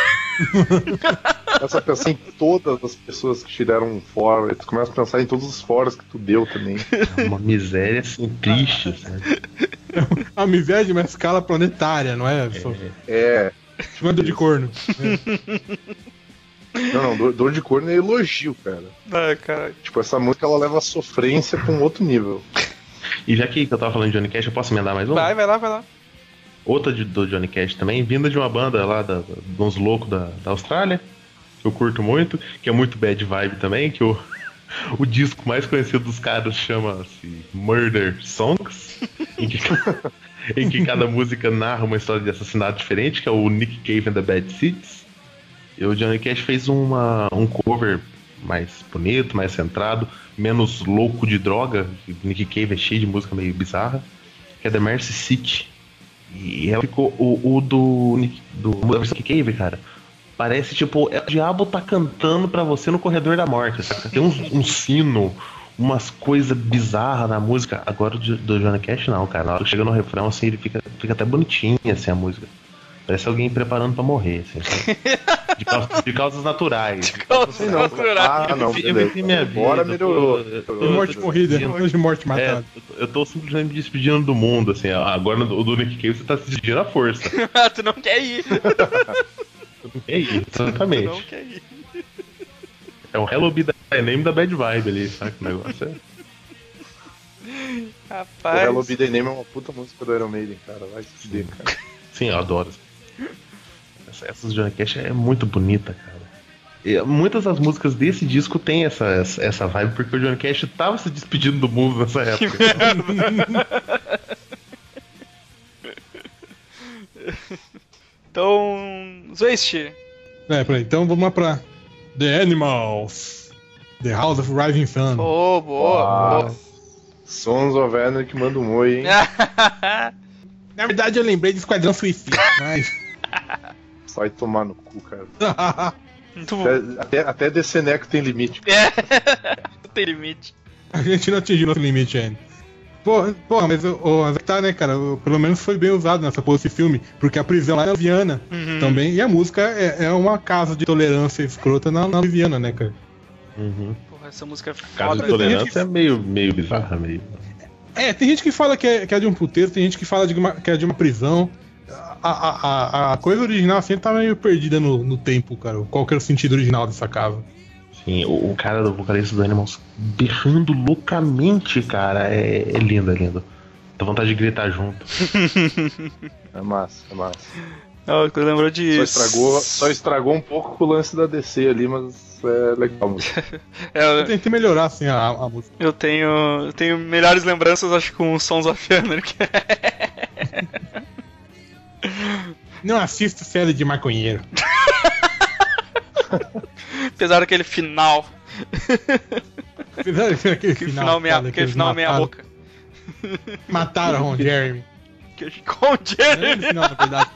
Começa a pensar em todas as pessoas que tiraram um fora, tu começa a pensar em todos os foras que tu deu também.
É uma miséria assim, (laughs) triste. Sabe?
A miséria de uma escala planetária, não é? Só-
É,
Chamando de corno.
não, não, dor, dor de corno é elogio, cara.
Ah, caralho.
Tipo, essa música ela leva a sofrência pra um outro nível.
E já que eu tava falando de Johnny Cash, eu posso emendar mais uma?
Vai, vai lá, vai lá.
Outra de- do Johnny Cash também, vinda de uma banda lá, da, de uns loucos da, da Austrália, que eu curto muito, que é muito bad vibe também, que o, (laughs) o disco mais conhecido dos caras chama-se Murder Songs, em que, (laughs) em que cada música narra uma história de assassinato diferente, que é o Nick Cave and the Bad Seeds. E o Johnny Cash fez uma, um cover mais bonito, mais centrado, menos louco de droga, que o Nick Cave é cheio de música meio bizarra, que é The Mercy City. E ela ficou. O, o do, Nick- do. Da versão Nick Cave, cara. Parece tipo. É, o diabo tá cantando pra você no corredor da morte, saca? Tem uns- um, sino, umas coisas bizarras na música. Agora o de- do Johnny Cash, não, cara. Na hora que chega no refrão, assim, ele fica, fica até bonitinho, assim, a música. Parece alguém preparando pra morrer, assim. sabe? De, causas, de causas naturais.
Calça
Não,
natural.
ah, não,
eu vi- eu
beleza.
vi minha vida.
Agora melhorou.
Eu tô-
Melhorou. Tipo,
eu tô-
Morte morrida,
eu-
hoje morte
É,
matada.
eu tô- eu tô simplesmente me despedindo do mundo, assim. Agora o do Nick Cave você tá se despedindo à força.
Ah, tu não quer ir.
É isso,
Tu não
exatamente.
quer ir.
É um Hello Be the Name da Bad Vibe ali, saca? O negócio é.
O
Rapaz.
Hello Be The Name é uma puta música do Iron Maiden, cara. Vai se fuder, cara.
Sim, eu adoro. Essa, essa do Johnny Cash é muito bonita, cara. E muitas das músicas desse disco tem essa, essa, essa vibe, porque o Johnny Cash tava se despedindo do mundo nessa época.
Então. Zwist.
É, peraí, então vamos lá pra The Animals. The House of Rising Sun.
Boa,
Ah,
boa, (laughs) boa.
Sons of Anarchy manda um oi, hein?
Na verdade eu lembrei de Esquadrão Suicida, mas... (laughs)
Sai tomar no cu, cara.
Muito bom.
Até- Até, até DC Neco tem limite.
(laughs) Não tem limite.
A gente não atingiu nosso limite ainda. Pô, pô mas o, o, mas tá, né, cara? o- Pelo menos foi bem usado nessa porra desse filme, porque a prisão lá é Viana
Uhum. Hum. Então,
também, e a música é, é uma casa de tolerância escrota na, na Viana, né, cara?
Uhum.
Porra, essa música é foda.
Caso de tolerância é meio, meio bizarra, meio.
É, tem gente que fala que é, que é de um puteiro, tem gente que fala de uma- que é de uma prisão. A, a- a- a coisa original assim tá meio perdida no, no tempo, cara. Qual que era o sentido original dessa casa?
Sim, o, o cara do vocalista do Animals berrando loucamente, cara. É, é lindo, é lindo. Dá vontade de gritar junto.
É massa, é massa.
Não, lembrou de.
Só estragou, só estragou um pouco com o lance da DC ali, mas é legal.
(laughs)
mano.
É, eu-
Eu tentei melhorar, assim, a, a música.
Eu tenho, eu tenho melhores lembranças, acho, com o Sons of Anarchy. (laughs)
Não assisto série de maconheiro.
Apesar daquele final.
Apesar daquele
Aquele final, meia,
cara, que
aquele
eles
final meia
mataram-
boca.
Mataram Ron Jeremy.
Que- (laughs) Com o
(laughs) Não é
Jeremy,
no final, na verdade.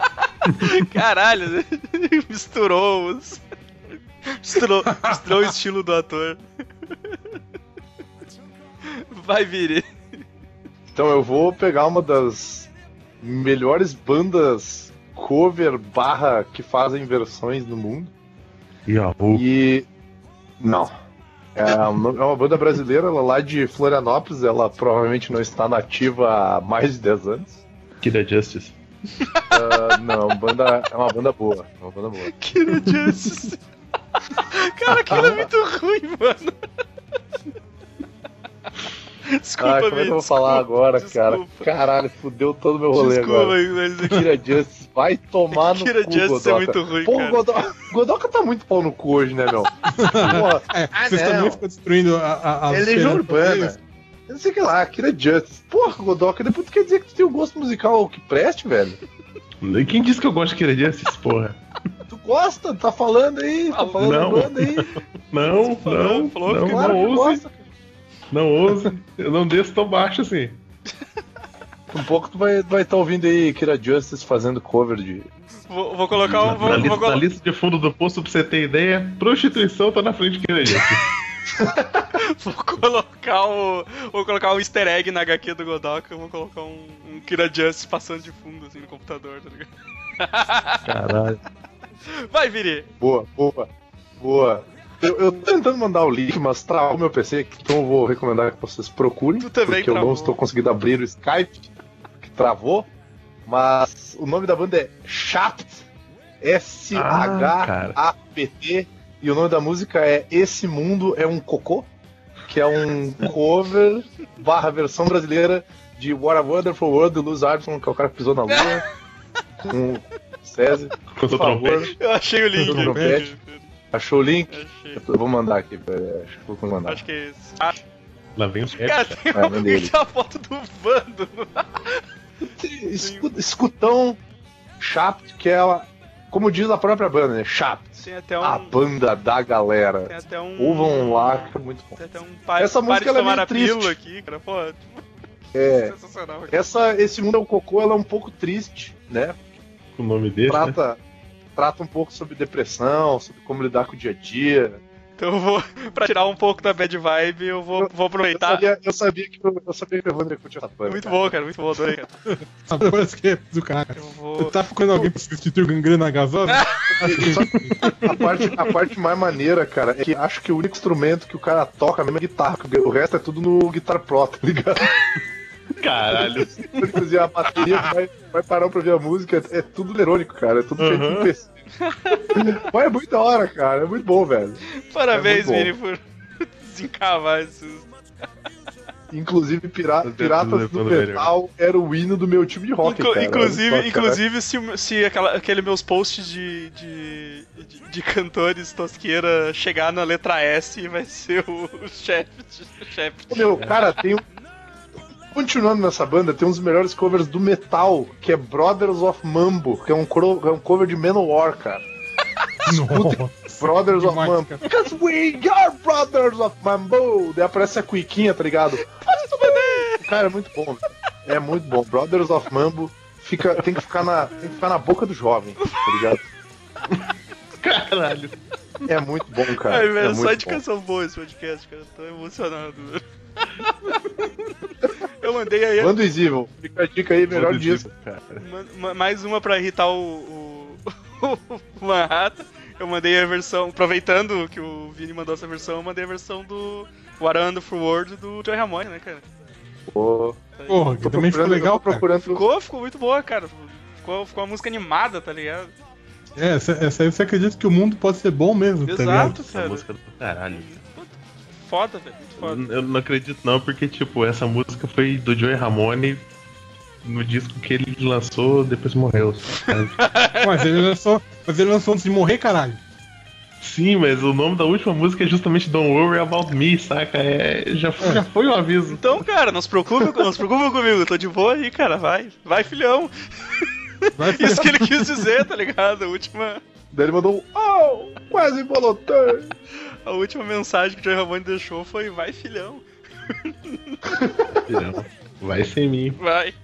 É. caralho. (laughs) Misturou os... Misturou, misturou o estilo do ator. (laughs) Vai vir.
Então eu vou pegar uma das melhores bandas cover barra que fazem versões no mundo.
E ó, o
E. Não. É uma é uma banda brasileira, ela lá de Florianópolis, ela provavelmente não está nativa há mais de 10 anos.
Kid Justice.
Ah, não, banda, é uma banda boa. É uma banda boa.
Kira Justice. Cara, aquilo é muito ruim, mano. Desculpa,
ah, como é que eu
Vini,
vou falar
desculpa,
agora,
desculpa.
cara? Caralho, fudeu todo o meu rolê
Desculpa,
agora.
mas é que
Kira Justice, vai tomar no
Kira
cu,
Justice é
Godoka.
muito ruim,
Pô,
cara.
o Godoka, Godoka tá muito pau no cu hoje, né, meu? Porra,
É,
Ah,
vocês
não.
também ficam destruindo a. a, a
Ele é
esperança
urbana.
deles.
Eu não sei o que lá, Kira Justice. Porra, Godoka, depois tu quer dizer que tu tem um gosto musical que preste, velho?
Quem disse que eu gosto de Kid Justice, porra?
Tu gosta? Tá falando aí? Tá falando
Não.
banda aí?
Não,
Falou,
não,
falou,
(laughs) não,
cara,
não
Claro que
ouse,
gosta. cara.
não ouse. Eu não desço tão baixo assim.
Um pouco tu vai estar vai tá ouvindo aí Kira Justice fazendo cover de.
Vou, vou colocar um. Vou,
na,
vou,
lista,
colo-
na lista de fundo do poço, pra você ter ideia, prostituição tá na frente de Kid Justice.
Vou colocar o. Vou colocar um easter egg na HQ do Godoka, eu vou colocar um, um Kira Justice passando de fundo assim no computador, tá ligado?
Caralho.
Vai, Viri!
Boa, boa, boa. Eu, eu tô tentando mandar o link, mas travou meu PC, aqui, então eu vou recomendar que vocês procurem.
Tu também
porque eu
travou.
não estou conseguindo abrir o Skype, que travou. Mas o nome da banda é Shaft,
Ah, cara.
S-H-A-P-T, e o nome da música é Esse Mundo é um Cocô, que
(laughs)
é um cover barra versão brasileira de What a Wonderful World do Luz Armstrong, que é o cara que pisou
(laughs)
na lua. com o César. Por
Cantou
favor,
trompete.
Eu achei o link.
Tudo
aqui.
achou o link?
Achei.
Eu vou mandar aqui, peraí, acho que vou mandar.
Acho que é isso. Ah,
Lá vem o Pepe.
cara, tem
Ah,
alguém
dele.
que tem uma foto do Vando.
Escu- escutão Shaft, que é ela, como diz a própria banda, né? Shaft,
Tem até um.
a banda da galera.
Tem até um.
Ouvam lá, que é muito bom.
Tem até um pai,
Essa música, ela é meio
tomar a
triste.
pílula aqui, cara. Pô,
É,
(laughs) sensacional. cara.
essa, esse mundo é o cocô, ela é um pouco triste, né?
O nome dele. né?
Trata, trata um pouco sobre depressão, sobre como lidar com o dia a dia.
Então eu vou. (laughs) Pra tirar um pouco da bad vibe, eu vou, vou
Eu
aproveitar.
sabia, eu sabia que eu, eu sabia que o Evandro curtia essa banda.
Muito
cara.
Tá. bom, cara. Muito bom, adorei,
(laughs)
cara.
Sabe, parece que é do caralho.
Eu
Você
vou.
tá procurando alguém pra substituir o gangrena (laughs) gasosa? Acho que
A parte, a parte mais maneira, cara, é que acho que o único instrumento que o cara toca mesmo é guitarra, porque o resto é tudo no Guitar Pro, tá
(laughs)
ligado?
Caralho.
Inclusive a bateria vai, vai parar pra ouvir a música, é tudo eletrônico, cara, é tudo feito
Uhum.
no PC. Mas é muito da hora, cara, é muito bom, velho.
Parabéns,
é muito
Vini, por (laughs) desencavar esses.
Inclusive, pirata,
Deus,
Piratas do
levando
Metal era o hino do meu time de rock,
Inclu-
cara.
inclusive,
Olha só, cara.
inclusive se, o- se aquela- aquele meus posts de, de, de, de cantores tosqueira chegar na letra S, vai ser o o (laughs) chefe. de- chefe
Ô,
de-
Meu, cara, tem um... Continuando nessa banda, tem um dos melhores covers do metal, que é Brothers of Mambo, que é um, cro- é um cover de Manowar, cara.
Nossa.
Brothers of
Demais,
Mambo.
cara.
Because we are Brothers of Mambo! Daí aparece a cuiquinha, tá ligado? Cara, é muito bom. velho. É muito bom. Brothers of Mambo fica, tem, que ficar na, tem que ficar na boca do jovem, tá ligado?
Caralho.
É muito bom, cara.
Ai, velho,
é
só
muito
de
bom.
canção boa esse podcast, cara. Tô emocionado, velho. (laughs) Eu mandei aí
Bando Invisível, fica a dica aí, é melhor
Bando
disco.
ma- ma- mais uma pra irritar o, (laughs) o, o Manhattan. Eu mandei a versão, aproveitando que o Vini mandou essa versão, eu mandei a versão do What a Wonderful World do Joey Ramone, né, cara?
Pô,
Porra,
tô
que também ficou
procurando- eu
legal,
tô
cara.
procurando
Ficou, ficou muito boa, cara. Ficou, ficou uma música animada, tá ligado?
É, essa, essa aí você acredita que o mundo pode ser bom mesmo, tá ligado?
Exato,
Essa
cara.
música é do caralho.
Puta, Foda, velho. Muito foda.
Eu não acredito não, porque tipo, essa música foi do Joey Ramone no disco que ele lançou depois (laughs) morreu.
Mas ele lançou, mas ele lançou antes de morrer, caralho.
Sim, mas o nome da última música é justamente Don't Worry About Me, saca? É, já, foi- já foi um (laughs) aviso.
Então, cara, não se preocupe, não se preocupe comigo. Eu tô de boa aí, cara. Vai, vai, filhão.
Vai
Isso que ele quis dizer, tá ligado? A última,
Daí ele mandou um Oh, quase bolotão!
a última mensagem que o Joey Ramone deixou foi: vai, filhão.
Vai sem mim.
Vai.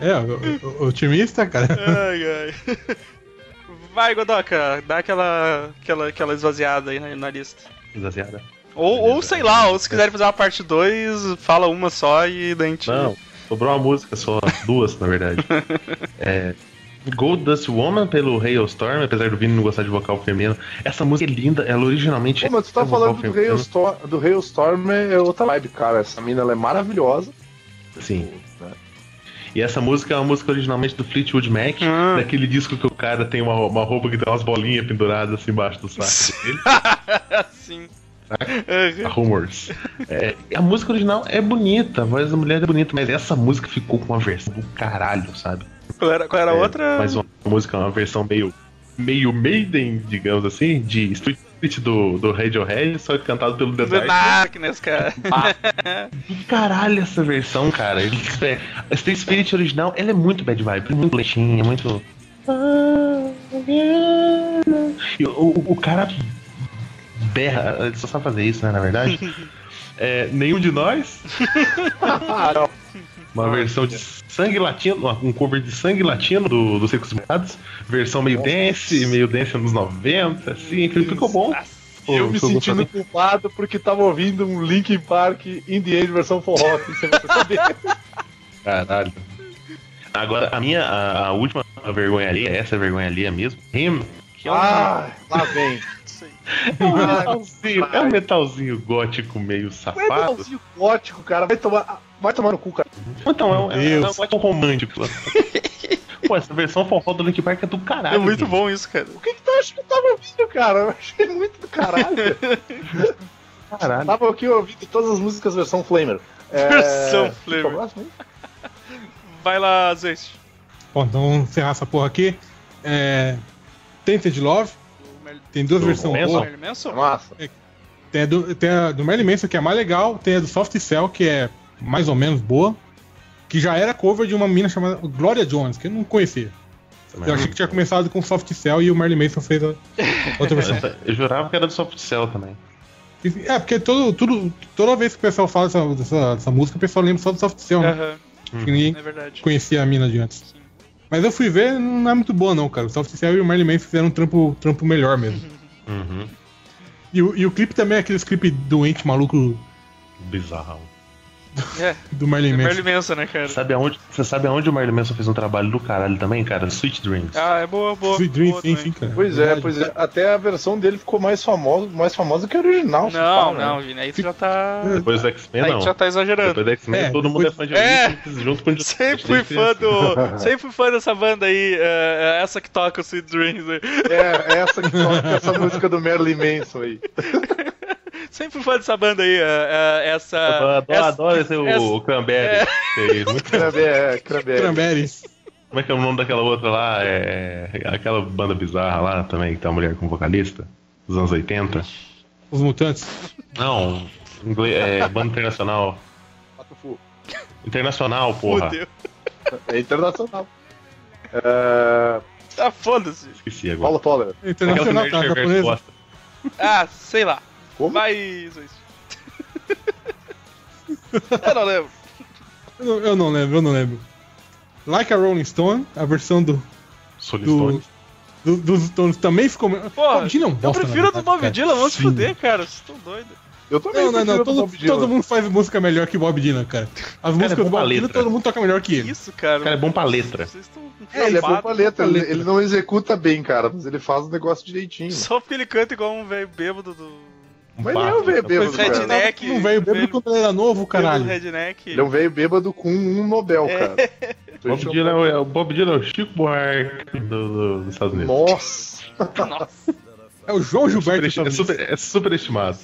É, o- o- otimista, cara.
Ai, ai. (laughs) Vai, Godoka, dá aquela, aquela, aquela esvaziada aí na, na lista.
Zaziada.
Ou, ou sei lá, ou se quiserem fazer uma parte 2, fala uma só e daí a gente.
Não, sobrou uma música só, duas na (laughs) verdade. É, Gold Dust Woman pelo Hailstorm, apesar do Vini não gostar de vocal feminino. Essa música é linda, ela originalmente.
Pô, mas tu tá
é vocal
falando do
feminino.
Hailstorm, do Hailstorm é outra vibe, cara. Essa mina ela é maravilhosa.
Sim.
né?
E essa música é uma música originalmente do Fleetwood Mac,
Ah.
daquele disco que o cara tem uma, uma roupa que tem umas bolinhas penduradas assim embaixo do saco dele.
(laughs) Sim. É, Aham.
Rumors. É, a música original é bonita, a voz da mulher é bonita, mas essa música ficou com uma versão do caralho, sabe?
Qual era, qual era a
É,
outra?
Mais uma música, uma versão meio. meio Maiden, digamos assim, de Street do, do Radiohead, só que cantado pelo The
Do Darkness,
Darkness.
cara.
Do Caralho, essa versão, cara. Ele- é, A Street Spirit original, ela é muito bad vibe, ela é muito leixinha, muito. E o, o- o cara berra, ele só sabe fazer isso, né, na verdade. É, nenhum de nós,
Ah, não.
uma versão de sangue latino, um cover de sangue latino do, do Secos e Molhados, versão meio dance, meio dance anos 90, assim, que ficou bom. Pô,
eu me
ficou
sentindo culpado porque tava ouvindo um Linkin Park In The End versão forró. assim, sem você saber.
Caralho. Agora, a minha, a, a última vergonha ali, essa vergonha ali é mesmo, Him, que é um,
ah, lá vem.
é um
ah,
metalzinho, é um metalzinho gótico meio safado.
Metalzinho um gótico, cara. Vai tomar, vai tomar no cu, cara.
Então, é um, é um
Deus.
gótico romântico. Pô, essa versão forró do Link Park é do caralho.
É muito
gente.
bom isso, cara.
Então, O que que tu acha que eu tava ouvindo, cara? Eu achei muito do caralho.
Caralho.
Tava aqui ouvindo todas as músicas versão Flamer. É, né?
Versão Flamer.
fica o próximo, hein?
Vai lá, Zeist.
Bom, então vamos encerrar essa porra aqui. É... Tainted Love,
O Merlin
tem duas
Do
versões
Manson?
boas.
Merlin Manson?
Massa.
Tem a do, tem a do Merlin Manson, que é a mais legal. Tem a do Soft Cell, que é mais ou menos boa. Que já era cover de uma mina chamada Gloria Jones, que eu não conhecia. Eu achei que tinha começado com Soft Cell e o Merlin Manson fez a outra versão.
Eu jurava que era do Soft Cell também.
É, porque todo, tudo, toda vez que o pessoal fala dessa, dessa, dessa música, o pessoal lembra só do Soft Cell, né?
Aham,
Acho que ninguém
é verdade.
conhecia a mina de antes. Mas eu fui ver, não é muito boa não, cara. O Soft Cell e o Merlin Manson fizeram um trampo, trampo melhor mesmo.
Uhum.
E o, e o clipe também é aqueles clipe doente, maluco
Bizarro.
É,
do Merlin
é
Manson.
Merlin Manson, né, cara?
Sabe aonde, você sabe aonde o Marilyn Manson fez um trabalho do caralho também, cara? Sweet Dreams.
Ah, é boa, boa.
Sweet Dream,
boa
sim,
também.
sim, cara.
Pois é, pois é. Até a versão dele ficou mais famosa, mais famosa que a original. se
Não,
fala, né?
não, Vini, aí tu já tá.
Depois do X-Men,
Aí
não.
tu já tá exagerando.
Depois do X-Men,
É,
todo mundo é fã de
É.
Alice, junto com
(laughs) Sempre fui
assim.
fã do. Sempre fui fã dessa banda aí, é, é essa que toca o Sweet Dreams aí. (laughs)
É, essa que toca essa música do Merlin Manson aí.
Sempre fui fã dessa banda aí, é, é, essa.
Eu adoro,
essa-
adoro esse
essa- é.
o Cranberry. Sei, muito-
Crabé, é, Crabé.
Cranberries.
Como é que é o nome daquela outra lá? É... Aquela banda bizarra lá também, que tem uma mulher com vocalista, dos anos 80.
Os mutantes.
Não, inglês, é, banda internacional.
Patufu.
Internacional, porra.
Fudeu.
É internacional. É,
Ah, foda-se.
Esqueci agora.
Paula Toller.
É
Aquela que
Internacional,
o
cara,
Nerd Reverso
japonesa.
gosta.
Ah, sei lá.
Como?
Vai, Zeist. (laughs) Eu não lembro.
Eu não, eu não lembro, eu não lembro. Like a Rolling Stone, a versão do,
Solistone.
do- dos Stones também ficou. me-
Porra,
Bob Dylan é um
Eu
bosta,
prefiro
na
a do
verdade,
Bob
cara.
Dylan, vamos se
Sim.
fuder, cara. Vocês estão doidos.
Eu também
Não, não,
prefiro
não.
do
Todo,
Bob Dylan.
todo mundo faz música melhor que Bob Dylan, cara. As músicas
é bom
do
pra
Bob Dylan
letra.
todo mundo toca melhor que ele.
Isso, cara.
O cara é bom pra letra.
Vocês estão.
É, ele é bom pra letra. Ele,
letra.
ele não executa bem, cara, mas ele faz o negócio direitinho.
Só porque ele canta igual um velho bêbado do.
Um
Mas ele é
pato.
um velho bêbado,
Redneck,
cara.
Não veio Um bêbado
é velho-
quando ele era novo,
Caralho.
caralho.
Redneck.
Ele é um velho bêbado com um Nobel,
É. (laughs)
cara. Então
Bob
um
Dylan é o- é o Bob Dylan é o Chico Buarque do- do- dos Estados Unidos.
Nossa,
Nossa.
É o João Gilberto.
Superesti- é, super, é superestimado.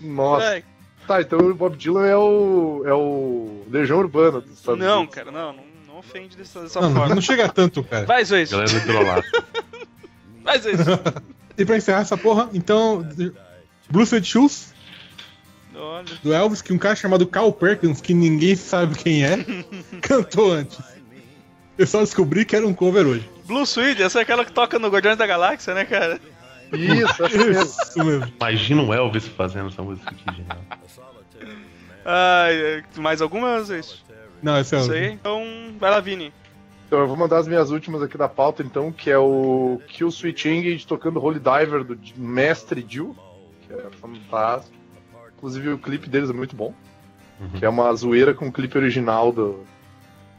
nossa.
moleque.
Tá, então o Bob Dylan é o. é o. Legião Urbana dos Estados
Não,
Unidos.
cara, não. Não, não ofende dessa, dessa
Não, não,
forma.
não chega tanto, cara.
Vai, Zeus.
Galera é
(laughs)
do Hidrolato.
Vai, Zeus.
E pra encerrar essa porra,
(laughs)
então. Blue Suede Shoes,
Olha.
do Elvis, que um cara chamado Carl Perkins, que ninguém sabe quem (laughs) é, cantou antes. Eu só descobri que era um cover hoje.
Blue Swede, essa é aquela que toca no Guardiões da Galáxia, né, cara?
Isso, acho mesmo.
(laughs) Isso mesmo.
Imagina o Elvis fazendo essa música, que genial.
Ai, ai, mais alguma, Zeus?
Não, esse é
Isso
o.
aí. Então, vai lá, Vini.
Então eu vou mandar as minhas últimas aqui da pauta, então, que é o Kill Switch Engage tocando Holy Diver do D- Mestre Jill, que é fantástico. Inclusive o clipe deles é muito bom.
Uhum.
Que é uma zoeira com o clipe original do,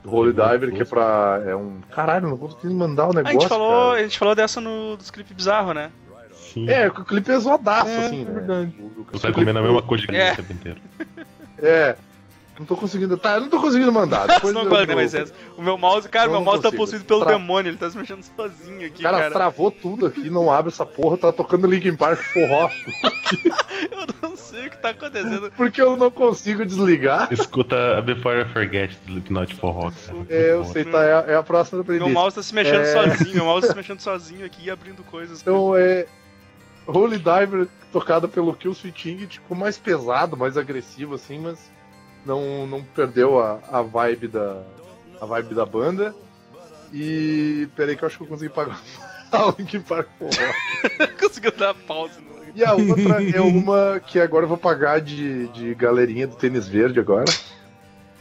do Holy Diver, que é pra. É um. Caralho, não vou conseguir mandar o
Ah, a
negócio.
gente falou,
cara.
a gente falou dessa no do script bizarro, né?
Sim.
É, o clipe é zoadaço,
É,
assim,
é
né?
verdade.
O- o-
Você vai tá comendo a mesma coisa de galinha
É.
o tempo inteiro.
É. Não tô conseguindo. Tá, eu não tô
(laughs)
conseguindo mandar. Depois
Não
eu-
aguardei mais essa. O meu mouse, cara,
Eu
meu
não
mouse tá
consigo.
possuído pelo
Tra-
demônio, ele tá se mexendo sozinho aqui,
Cara,
cara.
travou tudo aqui, não abre essa porra, tá tocando Linkin Park forró.
Eu (laughs) não sei o que tá acontecendo.
Porque eu não consigo desligar.
Escuta a Before I Forget do Slipknot for Rock. cara. Muito
É, eu
bom.
sei, tá, é, a- é a próxima
Meu
playlist.
mouse tá se mexendo
É.
sozinho, meu mouse tá se mexendo sozinho aqui e abrindo coisas.
Então é. Holy Diver tocada pelo Kill Switching, tipo, mais pesado, mais agressivo, assim, mas não, não perdeu a, a vibe da. a vibe da banda. E. Peraí que eu acho que eu consegui pagar (laughs) o Linkin Park forró.
(laughs) Conseguiu dar pausa. no-
E a outra é uma que agora eu vou pagar de, de galerinha do tênis verde agora. Deixa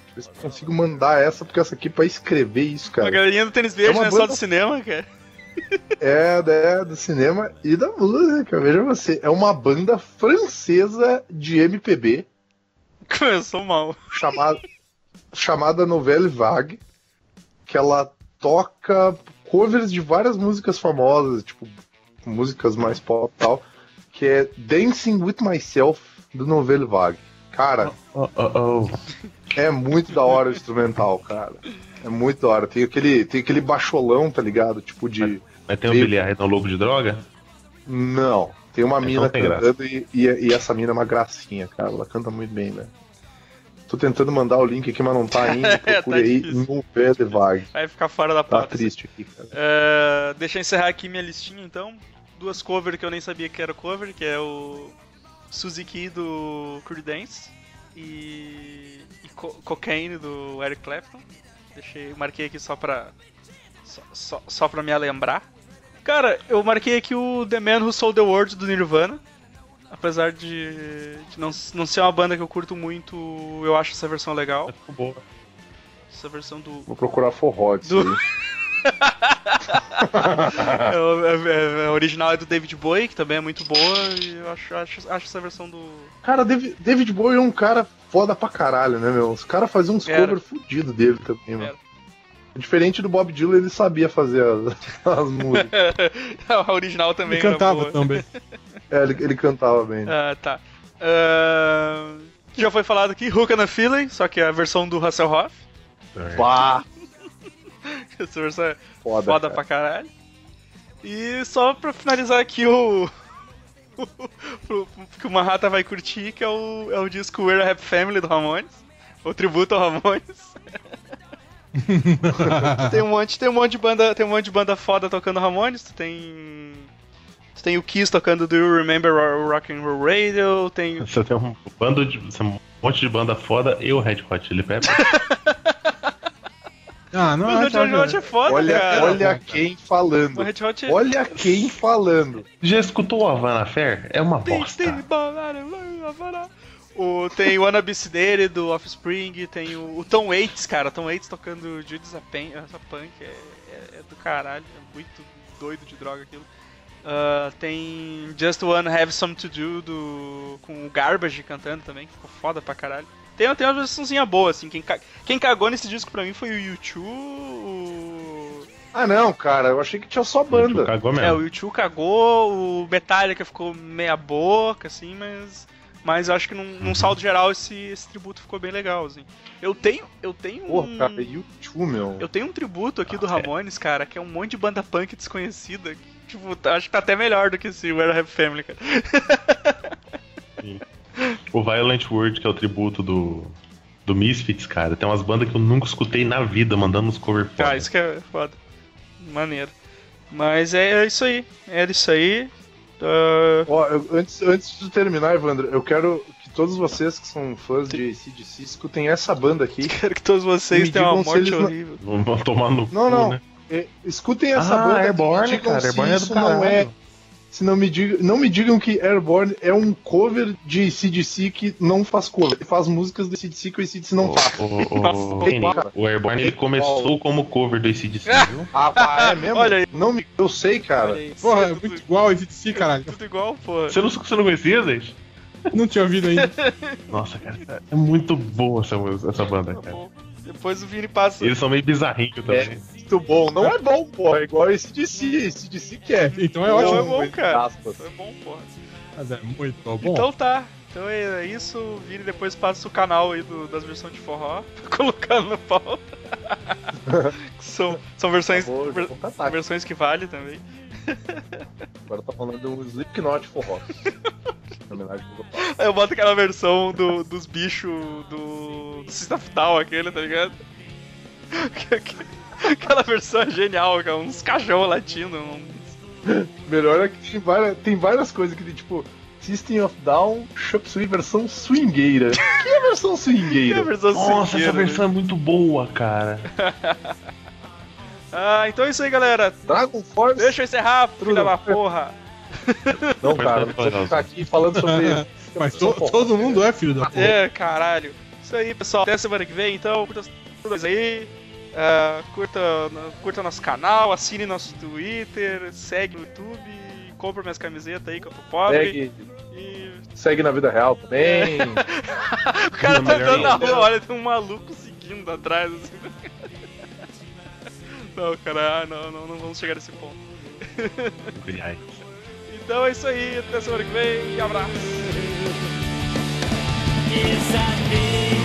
eu ver se eu consigo mandar essa, porque essa aqui é pra escrever isso,
A
cara.
galerinha do tênis verde
É uma
não é só
banda-
do cinema, cara.
É, né, do cinema e da música, veja você. É uma banda francesa de MPB
(laughs) Começou mal.
chamada, chamada Novelle Vague, que ela toca covers de várias músicas famosas, tipo, músicas mais pop e tal, que é Dancing With Myself, do Novelle Vague. Cara,
Oh, oh, oh.
É muito da hora o instrumental, cara. É muito da hora. Tem aquele, tem aquele baixolão, tá ligado? Tipo de.
Mas tem um o
Sim.
Billy Idol louco de droga?
Não. Tem uma mina
Então tem graça.
cantando e, e, e essa mina é uma gracinha, cara. Ela canta muito bem, né? Tô tentando mandar o link aqui, mas não
(laughs)
tá ainda.
Tá
Procure aí
difícil.
no pé de vague.
Vai ficar fora da
Tá
pauta.
triste aqui, cara.
É, deixa eu encerrar aqui minha listinha então. Duas covers que eu nem sabia que era cover, que é o Suzuki do Creedence e, e Co- Cocaine do Eric Clapton. Deixei, marquei aqui só pra só, só, só pra me lembrar. Cara, eu marquei aqui o The Man Who Sold the World do Nirvana. Apesar de, de não, não ser uma banda que eu curto muito, eu acho essa versão legal.
Mas ficou boa.
Essa versão do
Vou procurar forró disso
Do-
aí.
É, o- é- é- é- a original é do David Bowie, que também é muito boa, e eu acho, acho, acho essa versão do.
Cara, Davi- David Bowie é um cara foda pra caralho, né, meu? Os caras faziam uns
Era.
cover fudido dele também,
Era.
mano. Diferente do Bob Dylan, ele sabia fazer as, (laughs) as músicas.
(laughs) a original também
Ele
era
cantava
boa.
(laughs) também.
É, ele, ele cantava bem. né?
Ah, tá. Ah, já foi falado aqui, Hook and a Feeling, só que é a versão do Hasselhoff.
Pá!
(laughs) Essa versão é
Foda,
foda
cara.
pra caralho. E só pra finalizar aqui o. (laughs) o- o que o Manhattan vai curtir, que é o, é o disco We're a Happy Family do Ramones. O tributo ao
(laughs)
Ramones. tem um monte, tem um monte de banda, tem um monte de banda foda tocando Ramones, tu tem tu tem o Kiss tocando Do You Remember Ro- Rock and Roll Radio,
(laughs)
tem
Você tem um bando de. você tem um monte de banda foda e o Red Hot
(laughs)
Chili Peppers.
ah, não,
Mas o Red Hot é
é.
foda,
Olha,
cara.
olha quem falando.
o Red Hot é
Olha quem falando.
Já escutou o Havana Fair? É uma
tem,
bosta.
tem, baralho, baralho, baralho. o, tem o Wanna Be Sedated do Offspring, tem o, o Tom Waits, cara, Tom Waits tocando Judas a Pen- a Punk, é, é- é do caralho, é muito doido de droga aquilo. Ah, tem Just One Have Some To Do do, com o Garbage cantando também, que ficou foda pra caralho. Tem, tem uma versãozinha boa, assim, quem, ca- quem cagou nesse disco pra mim foi o U2, o...
Ah, não, cara, eu achei que tinha só banda.
Cagou
É,
mesmo.
o U2 cagou, o Metallica ficou meia boca, assim, mas. Mas eu acho que num, num
Uhum.
saldo geral esse, esse tributo ficou bem legal, assim. Eu tenho. Eu tenho
Porra,
um.
cara, YouTube, meu.
Eu tenho um tributo aqui do
Ah, é.
Ramones, cara, que é um monte de banda punk desconhecida. que, tipo, tá- acho que tá até melhor do que esse Where Have Family, cara.
O Violent World, que é o tributo do. Do Misfits, cara. Tem umas bandas que eu nunca escutei na vida, mandando uns cover foda.
Ah, (laughs) isso que é foda. Maneiro. Mas é, é isso aí. Era isso aí. Ah,
Ó, eu- antes, antes de terminar, Evandro, eu quero que todos vocês que são fãs de ACDC escutem essa banda aqui.
quero que todos vocês
Me
tenham uma
digam se
morte
eles não-
horrível.
Vamos tomar
Não,
no cu,
não.
né?
E- Escutem essa
ah,
banda. e me
Airborne,
digam
cara.
se
Airborne é do
isso não é.
caralho.
Se não me digam, não me digam que Airborne é um cover de ACDC que não faz cover. Ele faz músicas do ACDC que o ACDC não tá. faz.
O, o, o,
Nossa,
Kenny,
cara.
o Airborne ele começou como cover do ACDC,
(laughs)
viu?
Ah, pá, é
(laughs)
mesmo?
Olha aí.
Não me, eu sei, cara.
Olha aí, isso
Porra,
é
é
tudo,
muito igual esse de si, caralho.
tudo igual, porra.
Você não, você não conhecia, gente?
Não tinha ouvido (laughs) ainda.
Nossa, cara, é muito boa essa, música- essa banda, cara.
Bom, Depois o Vini passa.
Eles são meio bizarrinhos
É.
também.
Muito bom. Não é bom, pô. É igual esse DC. Esse DC que é.
Então é
Não,
ótimo.
é bom, cara.
Aspas.
Foi bom, porra.
Mas é muito bom. (laughs)
Então tá. Então é isso. O Vini depois passa o canal aí do- das versões de forró (laughs) pra colocar no pauta. Que são, são versões,
Acabou, já
ver-
vou cantar.
versões que vale também.
Agora tá falando de um Slipknot forró. Em homenagem pro Gopal.
Aí eu boto aquela versão do- dos bichos do, do System of Down, aquele, tá ligado? (laughs) Que- que- Aquela versão é genial, cara. Uns cachorros latindo. um-
Melhor é que tem várias, tem várias coisas que tem, tipo, System of Down, Chop Suey versão swingueira. que é a versão
Que é a
swingueira?
versão
Nossa,
swingueira,
essa
né?
versão é muito boa, cara.
Ah, então é isso aí, galera.
Dragon Force?
Deixa eu encerrar, filha
Trudo.
da porra.
Não, cara, não precisa ficar aqui falando sobre.
(laughs) Mas to- todo mundo é filho da porra.
É, caralho. Isso aí, pessoal. Até semana que vem, então. Curta todas aí. Ah, curta, curta nosso canal, assine nosso Twitter, segue no YouTube, compra minhas camisetas aí que eu tô pobre.
Segue,
E... (laughs)
segue na vida real também.
O cara tá
melhor
andando na
ainda.
rua, olha, tem um maluco seguindo atrás. Assim. (laughs) Não, cara, ah, não, não, não vamos chegar nesse ponto. Então é isso aí, até semana que vem, abraço.
Is that me?